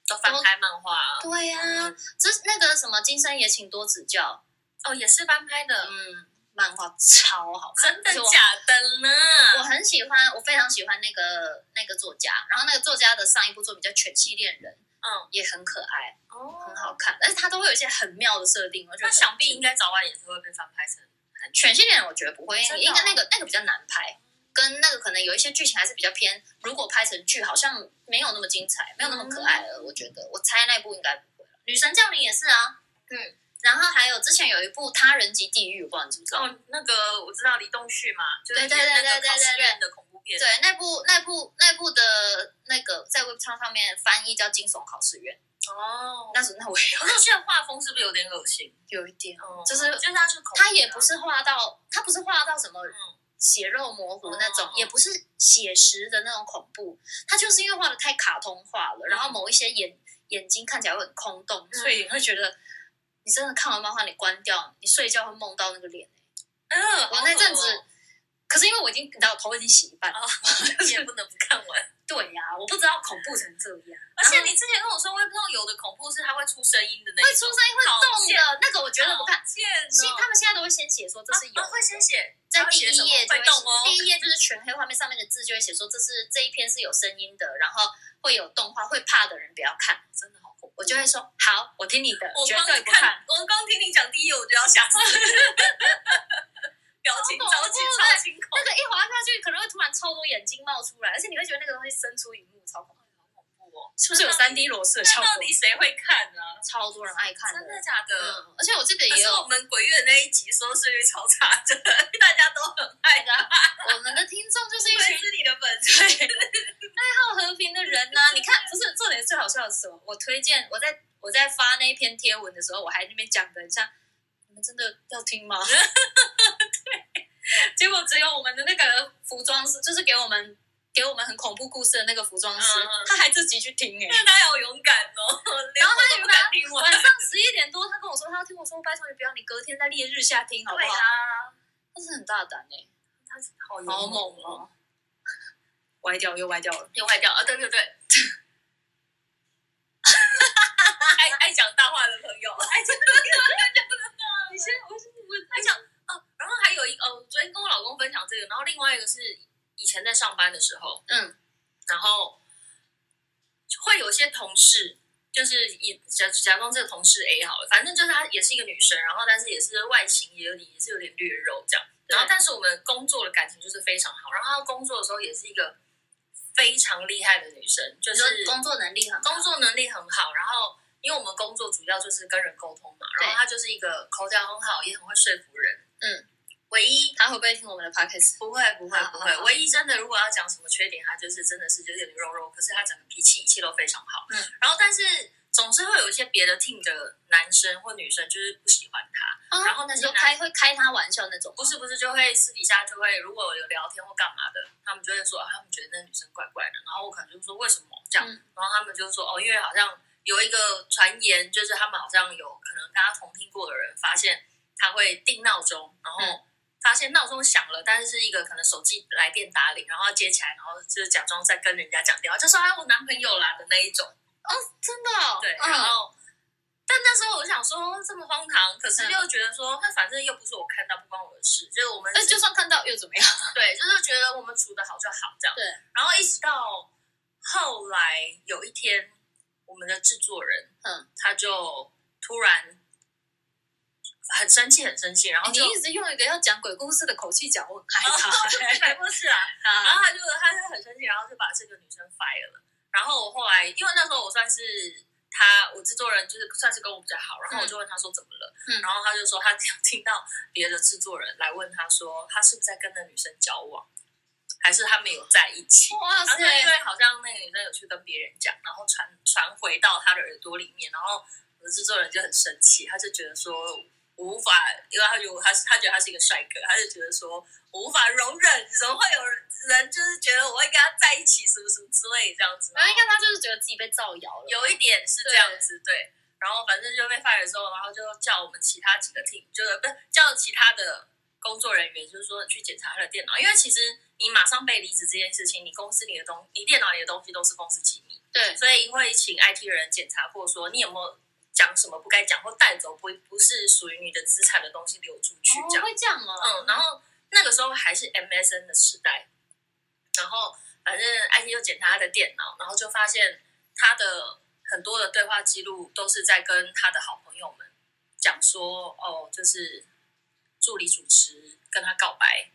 Speaker 1: 都翻拍漫画啊，
Speaker 2: 对呀、
Speaker 1: 嗯
Speaker 2: 这那个什么《今生也请多指教
Speaker 1: 哦，也是翻拍》，的，
Speaker 2: 嗯，漫画超好看，
Speaker 1: 真的
Speaker 2: 而且我
Speaker 1: 假的
Speaker 2: 我
Speaker 1: 呢？
Speaker 2: 很喜欢，我非常喜欢那个那个作家，然后那个作家的上一部作品叫《犬系恋人》，
Speaker 1: 嗯，
Speaker 2: 也很可爱。很
Speaker 1: 哦，
Speaker 2: 好看，但是它都会有一些很妙的设定，我觉
Speaker 1: 那
Speaker 2: 得
Speaker 1: 想必应该早晚也是会被翻拍成韩剧，
Speaker 2: 犬系恋人我觉得不会，因
Speaker 1: 真
Speaker 2: 为
Speaker 1: 的哦
Speaker 2: 应该那个那个比较难拍，跟那个可能有一些剧情还是比较偏，如果拍成剧好像没有那么精彩，没有那么可爱了，我觉得我猜那部应该不会了。女神降临也是啊，
Speaker 1: 嗯，
Speaker 2: 然后还有之前有一部《他人及地狱》，我不知道你知不知道？
Speaker 1: 哦，那个我知道李栋旭嘛，就是演
Speaker 2: 对对对
Speaker 1: 那个
Speaker 2: 对
Speaker 1: 考
Speaker 2: 对
Speaker 1: 试
Speaker 2: 对
Speaker 1: 院的恐怖片，
Speaker 2: 对，那部那部那部的那个在 Web 上上面翻译叫《惊悚考试院》，
Speaker 1: 哦，
Speaker 2: 那时候那我也
Speaker 1: 可是我觉得画风是不是有点恶心？
Speaker 2: 有有一点，
Speaker 1: 嗯
Speaker 2: 哦就是
Speaker 1: 就是他是恐怖的啊
Speaker 2: 他也不是画到，他不是画到什么
Speaker 1: 嗯
Speaker 2: 血肉模糊那种，
Speaker 1: 哦
Speaker 2: 也不是写实的那种恐怖，它就是因为画的太卡通化了，然后某一些眼眼睛看起来会很空洞，
Speaker 1: 嗯
Speaker 2: 所以你会觉得你真的看完漫画，你关掉，你睡觉会梦到那个脸。
Speaker 1: 嗯，
Speaker 2: 我那阵
Speaker 1: 好恶
Speaker 2: 子，可是因为我已经，你知道，我头已经洗一半了。
Speaker 1: 哦哦也不能不看
Speaker 2: [laughs]
Speaker 1: 完。
Speaker 2: 对呀、我不知道恐怖成这样，
Speaker 1: 而且你之前跟我说，微不有的恐怖是它会出声音的那
Speaker 2: 会
Speaker 1: 一
Speaker 2: 出
Speaker 1: 种，
Speaker 2: 声音会动的那个，我绝对不看。
Speaker 1: 好贱哦，
Speaker 2: 现他们现在都会先写说这是有
Speaker 1: 啊啊
Speaker 2: 的
Speaker 1: 会先写，
Speaker 2: 在第一
Speaker 1: 然后写
Speaker 2: 页
Speaker 1: 什么
Speaker 2: 就
Speaker 1: 会
Speaker 2: 会
Speaker 1: 动哦，
Speaker 2: 第一页就是全黑画面上面的字就会写说这是这一篇是有声音的，然后会有动画，会怕的人不要看。
Speaker 1: 真的好恐怖。
Speaker 2: 我就会说好，我听你的，
Speaker 1: 我
Speaker 2: 绝
Speaker 1: 光
Speaker 2: 对
Speaker 1: 是
Speaker 2: 不看。，
Speaker 1: 我光听你讲第一页，我就要吓死。 [laughs] 表情
Speaker 2: 好恐怖
Speaker 1: 超级
Speaker 2: 对
Speaker 1: 超惊恐
Speaker 2: 那，个一滑下去，可能会突然超多眼睛冒出来，而且你会觉得那个东西伸出荧幕，超恐怖。
Speaker 1: 好恐怖哦！
Speaker 2: 是不是有
Speaker 1: 那到
Speaker 2: 三
Speaker 1: 底
Speaker 2: D 裸视的效
Speaker 1: 那
Speaker 2: 果？
Speaker 1: 到底谁会看啊？
Speaker 2: 超多人爱看的
Speaker 1: 真。的假的？
Speaker 2: 嗯，而且我这个
Speaker 1: 可
Speaker 2: 也
Speaker 1: 是
Speaker 2: 有
Speaker 1: 我们鬼月那一集收视率超差的， [laughs] 大家都很爱
Speaker 2: 那，个，我们的听众就是一
Speaker 1: 因为
Speaker 2: 群
Speaker 1: 是你的粉丝。
Speaker 2: 爱好和平的人呐、你看，不是重点是最好笑的是什么？我推荐我在我在发那一篇贴文的时候，我还那边讲的很像，你们真的要听吗？ [laughs] 对，结果只有我们的那个服装师，就是给我们给我们很恐怖故事的那个服装师，
Speaker 1: 嗯嗯
Speaker 2: 他还自己去听哎、
Speaker 1: 因为他好勇敢哦，连
Speaker 2: 然后
Speaker 1: 我
Speaker 2: 他
Speaker 1: 都
Speaker 2: 有
Speaker 1: 不
Speaker 2: 拿
Speaker 1: 敢听我。
Speaker 2: 晚上十一点多，他跟我说他要听，我说拜托你不要，你隔天在烈日下听好不
Speaker 1: 对
Speaker 2: 好？
Speaker 1: 啊，
Speaker 2: 他是很大胆哎、
Speaker 1: 他好勇
Speaker 2: 好猛！哦！歪掉又歪掉了，
Speaker 1: 又坏掉啊！对对对，爱爱讲大话的朋 [laughs] 友，爱讲
Speaker 2: 你先我是
Speaker 1: 爱讲哦。然后还有一哦，昨天跟我老公分享这个，然后另外一个是以前在上班的时候，
Speaker 2: 嗯
Speaker 1: 然后会有些同事，就是以假假装这个同事 A 好了，反正就是她也是一个女生，然后但是也是外形也有点也是有点略肉这样，
Speaker 2: 对
Speaker 1: 然后但是我们工作的感情就是非常好，然后她工作的时候也是一个非常厉害的女生，就
Speaker 2: 你
Speaker 1: 是
Speaker 2: 说工作能力很好
Speaker 1: 工作能力很好，然后因为我们工作主要就是跟人沟通嘛，
Speaker 2: 对
Speaker 1: 然后她就是一个口条很好，也很会说服人，
Speaker 2: 嗯，
Speaker 1: 唯一
Speaker 2: 他会不会听我们的 podcast？
Speaker 1: 不会不会
Speaker 2: 好
Speaker 1: 不
Speaker 2: 好
Speaker 1: 会
Speaker 2: 好，
Speaker 1: 唯一真的如果要讲什么缺点，他就是真的是有点肉肉，可是他整个脾气一切都非常好。
Speaker 2: 嗯，
Speaker 1: 然后但是总是会有一些别的 team 的男生或女生就是不喜欢他，
Speaker 2: 啊
Speaker 1: 然后那
Speaker 2: 你
Speaker 1: 些
Speaker 2: 就
Speaker 1: 男
Speaker 2: 开会开他玩笑那种，
Speaker 1: 不是不是就会私底下就会如果有聊天或干嘛的，他们就会说、啊、他们觉得那女生怪怪的，然后我可能就说为什么这样，
Speaker 2: 嗯
Speaker 1: 然后他们就说哦，因为好像有一个传言，就是他们好像有可能跟他同听过的人发现他会定闹钟，然
Speaker 2: 嗯
Speaker 1: 后发现闹钟响了，但是是一个可能手机来电打铃，然后接起来，然后就是假装在跟人家讲电话，就说啊我男朋友啦的那一种。
Speaker 2: 真的哦、
Speaker 1: 对，
Speaker 2: 嗯
Speaker 1: 然后，但那时候我想说这么荒唐，可
Speaker 2: 嗯
Speaker 1: 是又觉得说，那反正又不是我看到，不关我的事，就是我们
Speaker 2: 呃但就算看到又怎么样？
Speaker 1: 对，就是觉得我们处的好就好这样。
Speaker 2: 对，
Speaker 1: 然后一直到后来有一天，我们的制作人，
Speaker 2: 嗯，
Speaker 1: 他就突然很生气，很生气，然后
Speaker 2: 哎你
Speaker 1: 就
Speaker 2: 一直用一个要讲鬼故事的口气讲，我很害
Speaker 1: 去
Speaker 2: 怕。
Speaker 1: 百货是啊， [laughs] 然后他就他就很生气，然后就把这个女生 fire 了。然后我后来，因为那时候我算是他他我制作人就是算是跟我比较好，然后我就问他说怎么了，
Speaker 2: 嗯
Speaker 1: 然后他就说他有听到别的制作人来问他说他是不是在跟那女生交往，还是他们有在一起。
Speaker 2: 哇
Speaker 1: 他说因
Speaker 2: 塞，
Speaker 1: 为好像那个女生有去跟别人讲，然后传传回到他的耳朵里面，然后我的制作人就很生气，他就觉得说我无法，因为他觉得我他是他觉得他是一个帅哥，他就觉得说我无法容忍，怎么会有人就是觉得我会跟他在一起，什么什么之类这样子。
Speaker 2: 然后应该他就是觉得自己被造谣了，
Speaker 1: 有一点是这样子，对。然后反正就被 fire 之后，然后就叫我们其他几个 team，就是不是叫其他的工作人员，就是说你去检查他的电脑，因为其实你马上被离职这件事情，你公司里的东，你电脑里的东西都是公司机密，
Speaker 2: 对
Speaker 1: 所以会请 IT 人检查过，说你有没有讲什么不该讲或带走不不是属于你的资产的东西流出去这
Speaker 2: 哦
Speaker 1: 样。
Speaker 2: 会这样哦，
Speaker 1: 嗯，然后那个时候还是 MSN 的时代，然后反正 IT 就检查他的电脑，然后就发现他的很多的对话记录都是在跟他的好朋友们讲说，哦，就是助理主持跟他告白，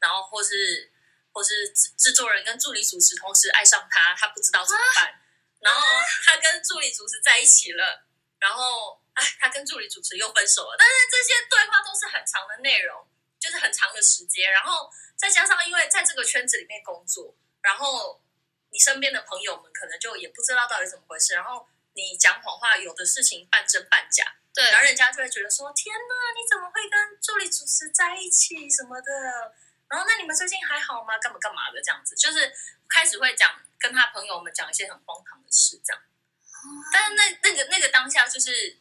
Speaker 1: 然后或是或是制制作人跟助理主持同时爱上他，他不知道怎么办，然后他跟助理主持在一起了，然后哎，他跟助理主持又分手了，但是这些对话都是很长的内容，就是很长的时间，然后再加上因为在这个圈子里面工作，然后你身边的朋友们可能就也不知道到底怎么回事，然后你讲谎话，有的事情半真半假，
Speaker 2: 对，
Speaker 1: 然后人家就会觉得说：“天呐，你怎么会跟助理主持在一起什么的？”然后那你们最近还好吗？干嘛干嘛的这样子，就是开始会讲跟他朋友们讲一些很荒唐的事这样。但是那那个那个当下，就是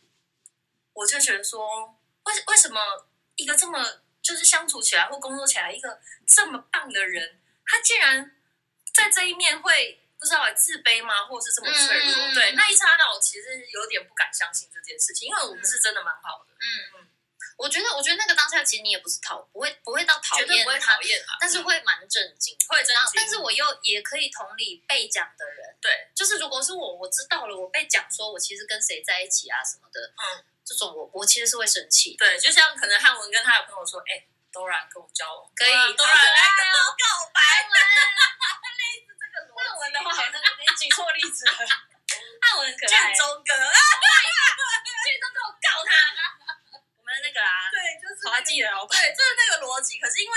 Speaker 1: 我就觉得说，为为什么一个这么就是相处起来或工作起来一个这么棒的人，他竟然在这一面会不知道欸自卑吗，或是这么脆弱？
Speaker 2: 嗯
Speaker 1: 对，那一刹那我其实有点不敢相信这件事情，因为我们是真的蛮好的，
Speaker 2: 嗯，我觉得我觉得那个当下其实你也不是讨不会不会到嗯讨
Speaker 1: 绝对
Speaker 2: 厌嗯
Speaker 1: 不会
Speaker 2: 他
Speaker 1: 讨，厌吧？
Speaker 2: 但是会蛮震惊的，
Speaker 1: 会震惊
Speaker 2: 然后但是我又也可以同理被讲的人。
Speaker 1: 对，
Speaker 2: 就是如果是我，我知道了，我被讲说我其实跟谁在一起啊什么的，
Speaker 1: 嗯，
Speaker 2: 这种我我其实是会生气的。
Speaker 1: 对，就像可能汉文跟他的朋友说：“哎、d o r a 跟我交往，
Speaker 2: 可以
Speaker 1: Dora 来
Speaker 2: 好可
Speaker 1: 跟
Speaker 2: 爱哦
Speaker 1: 我告白。”
Speaker 2: 啊
Speaker 1: [laughs]
Speaker 2: 汉文的话好像你举错例 [laughs] 子了，汉文很可爱，
Speaker 1: 卷宗
Speaker 2: [laughs]
Speaker 1: 哥，
Speaker 2: 这都被我告他。我们那个啊，哦
Speaker 1: 对，就是
Speaker 2: 滑稽的老板，
Speaker 1: 对，就是那个逻辑。可是因为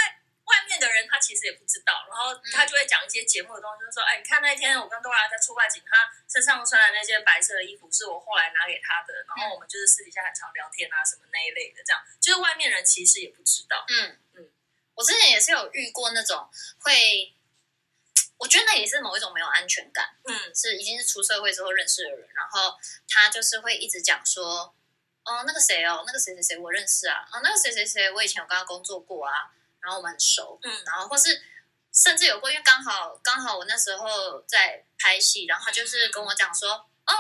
Speaker 1: 外面的人他其实也不知道，然
Speaker 2: 嗯
Speaker 1: 后他就会讲一些节目的东西，就是说，哎，你看那天我跟多拉在出外景，他身上穿的那件白色的衣服是我后来拿给他的，然
Speaker 2: 嗯
Speaker 1: 后我们就是私底下很常聊天啊什么那一类的，这样就是外面人其实也不知道。
Speaker 2: 嗯
Speaker 1: 嗯
Speaker 2: 嗯，我之前也是有遇过那种会，我觉得那也是某一种没有安全感。
Speaker 1: 嗯
Speaker 2: 是已经是出社会之后认识的人，然后他就是会一直讲说，哦，那个谁哦，那个谁谁谁我认识啊，啊，那个谁谁谁我以前有跟他工作过啊，然后我们很熟，
Speaker 1: 嗯
Speaker 2: 然后或是甚至有过，因为刚好刚好我那时候在拍戏，然后他就是跟我讲说，哦，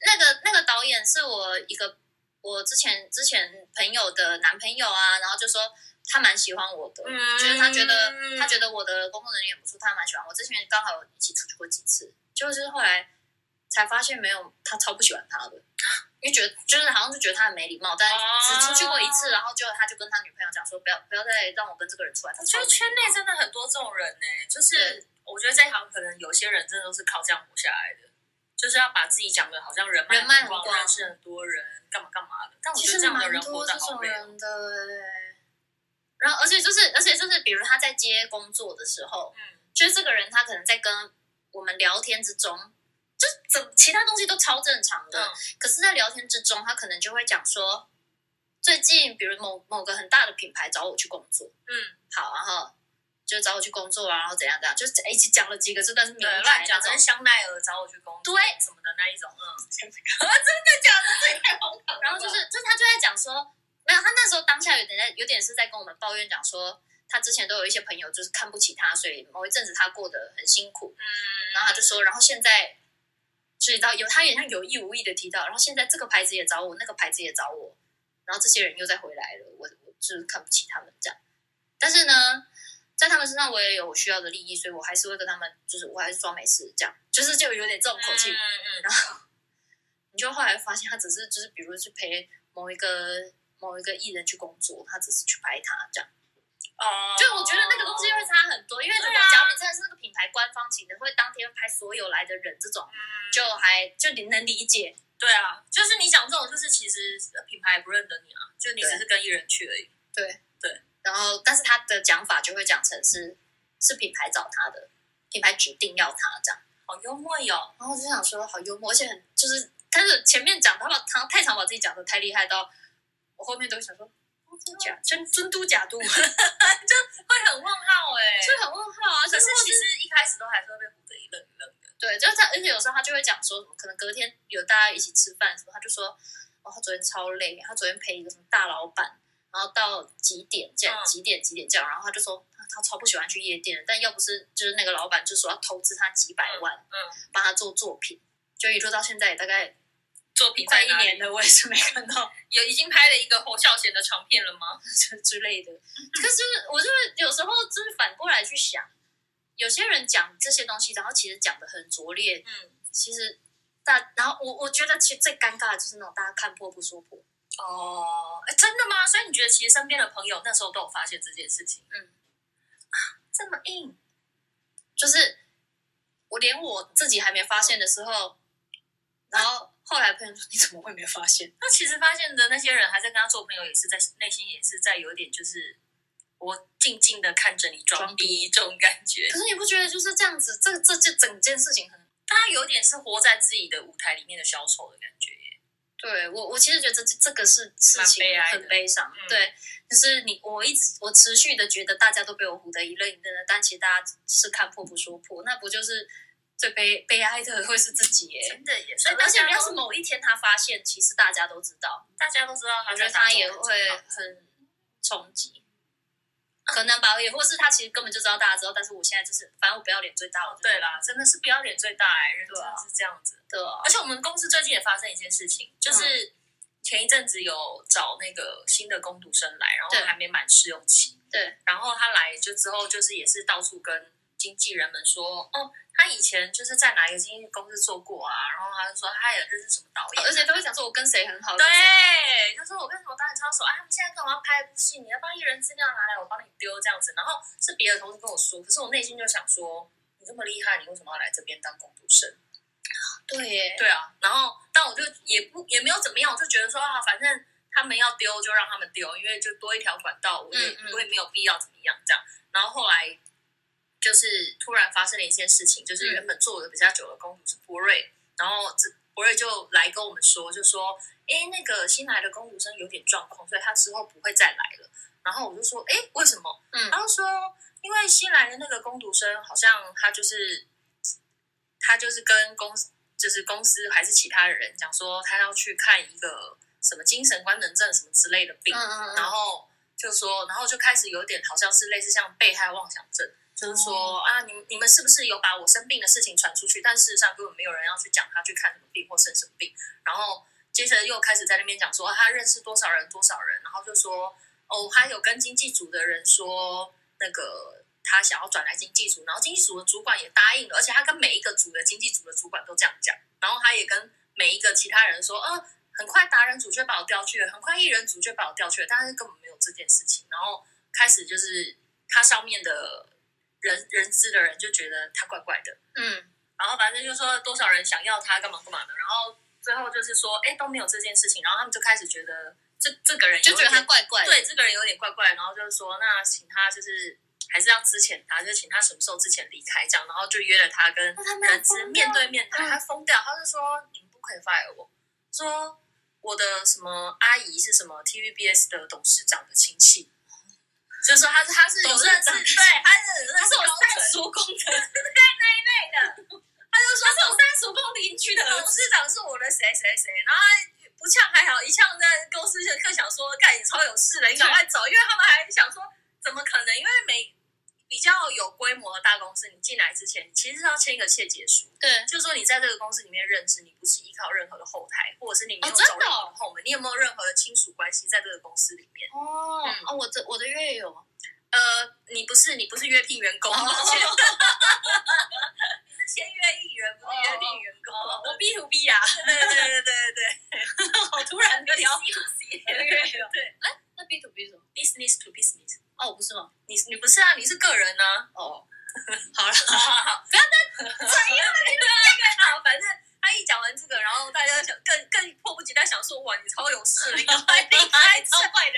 Speaker 2: 那个那个导演是我一个我之前之前朋友的男朋友啊，然后就说他蛮喜欢我的，
Speaker 1: 嗯
Speaker 2: 就是他觉得他觉
Speaker 1: 得
Speaker 2: 得我的工作能力很不错，他蛮喜欢我。之前刚好有一起出去过几次，就是后来才发现没有他超不喜欢他的，因为觉得就是好像就觉得他很没礼貌，但
Speaker 1: 哦
Speaker 2: 只出去过一次，然后结果他就跟他女朋友讲说不要不要再让我跟这个人出来，他
Speaker 1: 我觉
Speaker 2: 超
Speaker 1: 得圈内真的很多这种人呢、就是
Speaker 2: 对
Speaker 1: 我觉得这一行可能有些人真的都是靠这样活下来的，就是要把自己讲的好像人脉
Speaker 2: 人脉
Speaker 1: 很广，
Speaker 2: 很广
Speaker 1: 认识很多人，干嘛干嘛的。但我
Speaker 2: 其
Speaker 1: 觉得
Speaker 2: 实
Speaker 1: 这样
Speaker 2: 蛮
Speaker 1: 的人活
Speaker 2: 多
Speaker 1: 得
Speaker 2: 这
Speaker 1: 好
Speaker 2: 种
Speaker 1: 累哦。
Speaker 2: 人的欸。然后，而且就是，而且就是，比如他在接工作的时候，
Speaker 1: 嗯
Speaker 2: 就是这个人他可能在跟我们聊天之中，就是怎其他东西都超正常的，
Speaker 1: 嗯
Speaker 2: 可是，在聊天之中，他可能就会讲说，最近比如某某个很大的品牌找我去工作，
Speaker 1: 嗯，
Speaker 2: 好，然后就找我去工作啊，然后怎样怎样，就是一起讲了几个字，但是名
Speaker 1: 对，
Speaker 2: 牌
Speaker 1: 乱
Speaker 2: 那
Speaker 1: 讲，
Speaker 2: 种
Speaker 1: 跟，香奈儿找我去工作，
Speaker 2: 对
Speaker 1: 什么的那一种，嗯，
Speaker 2: [laughs] 然后就是就是他就在讲说，没有，他那时候当下有点在有点是在跟我们抱怨讲说。他之前都有一些朋友就是看不起他，所以某一阵子他过得很辛苦，
Speaker 1: 嗯，
Speaker 2: 然后他就说，然后现在注意到有他也像有意无意的提到，然后现在这个牌子也找我，那个牌子也找我，然后这些人又再回来了，我我就是看不起他们这样。但是呢，在他们身上我也有我需要的利益，所以我还是会跟他们，就是我还是装没事这样，就是就有点这种口气。
Speaker 1: 嗯嗯嗯，
Speaker 2: 你就后来发现他只是就是比如去陪某一个某一个艺人去工作，他只是去拍他这样。
Speaker 1: 哦，
Speaker 2: 就我觉得那个东西会差很多，因为如果
Speaker 1: 对啊
Speaker 2: 假如你真的是那个品牌官方请的，会当天拍所有来的人这种，
Speaker 1: 嗯
Speaker 2: 就还就你能理解。
Speaker 1: 对啊，就是你讲这种，就是其实品牌也不认得你啊，就你只是跟艺人去而已。
Speaker 2: 然后，但是他的讲法就会讲成是是品牌找他的，品牌指定要他这样。
Speaker 1: 好幽默哟、
Speaker 2: 然后我就想说，好幽默，而且很就是，但是前面讲他把他太常把自己讲的太厉害到，我后面都会想说，假真尊嘟假嘟，就
Speaker 1: 会很问号哎、
Speaker 2: 很问号啊。
Speaker 1: 可
Speaker 2: 就是是
Speaker 1: 其实一开始都还是会被唬得一愣一愣的。
Speaker 2: 对，就是他，而且有时候他就会讲说什么，可能隔天有大家一起吃饭什么，他就说，哦，他昨天超累，他昨天陪一个什么大老板，然后到几点这样，
Speaker 1: 嗯
Speaker 2: 几点几点这样，然后他就说他他超不喜欢去夜店的，但要不是就是那个老板就说要投资他几百万，
Speaker 1: 嗯
Speaker 2: 帮他做作品，就一路到现在也大概 [laughs]
Speaker 1: 作品
Speaker 2: 快
Speaker 1: 在
Speaker 2: 一
Speaker 1: 哪里
Speaker 2: 年了，我也是没看到。
Speaker 1: 有已经拍了一个侯孝贤的长片了吗？
Speaker 2: 之之类
Speaker 1: 嗯
Speaker 2: 的。可是我就是有时候就是反过来去想，有些人讲这些东西，然后其实讲的很拙劣，
Speaker 1: 嗯，
Speaker 2: 其实大，然后我我觉得其实最尴尬的就是那种大家看破不说破，
Speaker 1: 哦，哎，真的吗？所以你觉得其实身边的朋友那时候都有发现这件事情？
Speaker 2: 嗯
Speaker 1: 啊，这么硬，
Speaker 2: 就是我连我自己还没发现的时候，然后后来朋友 [laughs] 说你怎么会没发现？
Speaker 1: 那其实发现的那些人还在跟他做朋友，也是在内心也是在有点就是我静静的看着你装逼这种感觉。
Speaker 2: 可是你不觉得就是这样子，这这这整件事情很。
Speaker 1: 大家有点是活在自己的舞台里面的小丑的感觉耶。
Speaker 2: 对我，我其实觉得这这个是事情
Speaker 1: 蛮悲哀的
Speaker 2: 很悲伤，
Speaker 1: 嗯
Speaker 2: 对，就是你我一直我持续的觉得大家都被我唬得一愣一愣的，但其实大家是看破不说破，那不就是最悲悲哀的会是自己耶？
Speaker 1: 的耶，所以
Speaker 2: 而
Speaker 1: 大
Speaker 2: 且
Speaker 1: 家
Speaker 2: 要是
Speaker 1: 都
Speaker 2: 某一天他发现，其实大家都知道，
Speaker 1: 大家都知道他
Speaker 2: 我觉
Speaker 1: 在
Speaker 2: 得
Speaker 1: 打
Speaker 2: 他
Speaker 1: 肿
Speaker 2: 也
Speaker 1: 脸充
Speaker 2: 会
Speaker 1: 胖子
Speaker 2: 很冲击，啊可能吧，也或是他其实根本就知道大家知道，但是我现在就是反正我不要脸最大，我就是
Speaker 1: 对，啦，真的是不要脸最大哎，人真
Speaker 2: 对啊嗯
Speaker 1: 的是这样子。
Speaker 2: 对啊
Speaker 1: 而且我们公司最近也发生一件事情，就是前一阵子有找那个新的工读生来，然后
Speaker 2: 对
Speaker 1: 还没满试用期，
Speaker 2: 对，
Speaker 1: 然后他来就之后就是也是到处跟经纪人们说，哦，他以前就是在哪一个经纪公司做过啊，然后他就说他也认识什么导演啊，
Speaker 2: 哦而且都会想说我跟谁很好，跟谁
Speaker 1: 对，他说我跟什么导演超熟，哎，他们现在跟我要拍一部戏，你要帮艺人资料拿来，我帮你丢这样子。然后是别的同事跟我说，可是我内心就想说，你这么厉害，你为什么要来这边当工读生？
Speaker 2: 对耶，
Speaker 1: 对啊，然后但我就也不也没有怎么样，我就觉得说啊，反正他们要丢就让他们丢，因为就多一条管道，我也、
Speaker 2: 嗯嗯
Speaker 1: 我也没有必要怎么样这样。然后后来就是突然发生了一件事情，就是
Speaker 2: 嗯
Speaker 1: 原本做的比较久的公主是博瑞，然后这博瑞就来跟我们说，就说诶，那个新来的公主生有点状况，所以他之后不会再来了。然后我就说，诶，为什么？
Speaker 2: 嗯
Speaker 1: 然后说，因为新来的那个工读生好像他就是他就是跟公司就是公司还是其他人讲说，他要去看一个什么精神官能症什么之类的病，
Speaker 2: 嗯嗯
Speaker 1: 然
Speaker 2: 嗯，
Speaker 1: 后就说，然后就开始有点好像是类似像被害妄想症。就是说啊，你们你们是不是有把我生病的事情传出去？但事实上根本没有人要去讲他去看什么病或生什么病。然后接着又开始在那边讲说、啊他认识多少人多少人，然后就说哦，他有跟经济组的人说那个他想要转来经济组，然后经济组的主管也答应了，而且他跟每一个组的经济组的主管都这样讲，然后他也跟每一个其他人说，嗯、很快达人组就把我调去了，很快艺人组就把我调去了，但是根本没有这件事情。然后开始就是他上面的人人资的人就觉得他怪怪的，
Speaker 2: 嗯
Speaker 1: 然后反正就说多少人想要他干嘛干嘛的，然后最后就是说，哎，都没有这件事情，然后他们就开始觉得这这个人有
Speaker 2: 就觉得
Speaker 1: 点
Speaker 2: 他怪怪的，
Speaker 1: 对这个人有点怪怪，然后就是说，那请他就是还是要之前他，就请他什么时候之前离开这样，然后就约了他跟
Speaker 2: 那他
Speaker 1: 人资面对面谈，
Speaker 2: 嗯
Speaker 1: 他疯掉，他就说你们不可以 fire 我，说我的什么阿姨是什么 TVBS 的董事长的亲戚，就是说他是他是有
Speaker 2: 董
Speaker 1: 认
Speaker 2: 事
Speaker 1: 识，对，
Speaker 2: 长
Speaker 1: 他是他
Speaker 2: 他
Speaker 1: 是
Speaker 2: 是我
Speaker 1: 我
Speaker 2: 三
Speaker 1: 三叔
Speaker 2: 叔公的，
Speaker 1: 他就说是我
Speaker 2: 三叔公邻居的儿
Speaker 1: 董
Speaker 2: 子。
Speaker 1: 事长是我的谁谁谁，然后他不呛还好，一呛在公司就更想说，干你超有事的，你赶快走，因为他们还想说，怎么可能？因为每比较有规模的大公司，你进来之前，你其实是要签一个切结书，
Speaker 2: 对，
Speaker 1: 就是说你在这个公司里面任职，你不是依靠任何的后台，或者是你没有
Speaker 2: 哦真的
Speaker 1: 走任何的后门，你有没有任何的亲属关系在这个公司里面？
Speaker 2: 哦
Speaker 1: 嗯
Speaker 2: 哦，我的我的月有，
Speaker 1: 呃，你不是你不是约聘员工，
Speaker 2: 哦
Speaker 1: 抱 [laughs] 歉你是签约艺人，不是约聘员工。
Speaker 2: 我 B to B 啊，
Speaker 1: 哦对对对对对对。 [laughs]
Speaker 2: 好突然的聊。
Speaker 1: 对 [laughs] 对
Speaker 2: 那 B to B 什么？
Speaker 1: ，business to business，
Speaker 2: 哦，我不是吗？
Speaker 1: [laughs] 你你不是啊，你是个人呢、
Speaker 2: 哦，好了，
Speaker 1: 啊好好好， [laughs] 啊，反正他一讲完这个，然后大家想更更迫不及待想说，哇，你超有势
Speaker 2: [laughs]
Speaker 1: 力，赶快离开这
Speaker 2: 超坏的，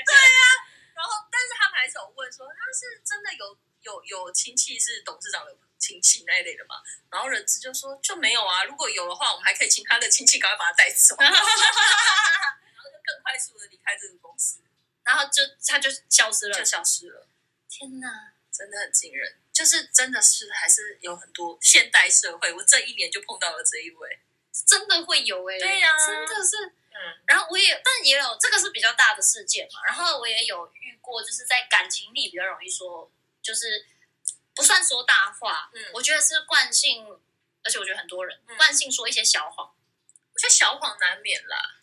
Speaker 1: 然后，但是他们还是有问说，他是真的有有有亲戚是董事长的亲戚那一类的嘛？然后人资就说就没有啊，如果有的话，我们还可以请他的亲戚赶快把他带
Speaker 2: [laughs]
Speaker 1: 走，然后就更快速的离开这个公司，
Speaker 2: 然后就他就消失了
Speaker 1: 就。消失了，
Speaker 2: 天哪！
Speaker 1: 真的很惊人。就是真的是还是有很多现代社会，我这一年就碰到了这一位，
Speaker 2: 真的会有哎、欸，
Speaker 1: 对呀
Speaker 2: 真的是。
Speaker 1: 嗯，
Speaker 2: 然后我也，但也有这个是比较大的事件嘛。然后我也有遇过，就是在感情里比较容易说，就是不算说大话，
Speaker 1: 嗯
Speaker 2: 我觉得是惯性，而且我觉得很多人、
Speaker 1: 嗯
Speaker 2: 惯性说一些小谎。
Speaker 1: 我觉得小谎难免啦，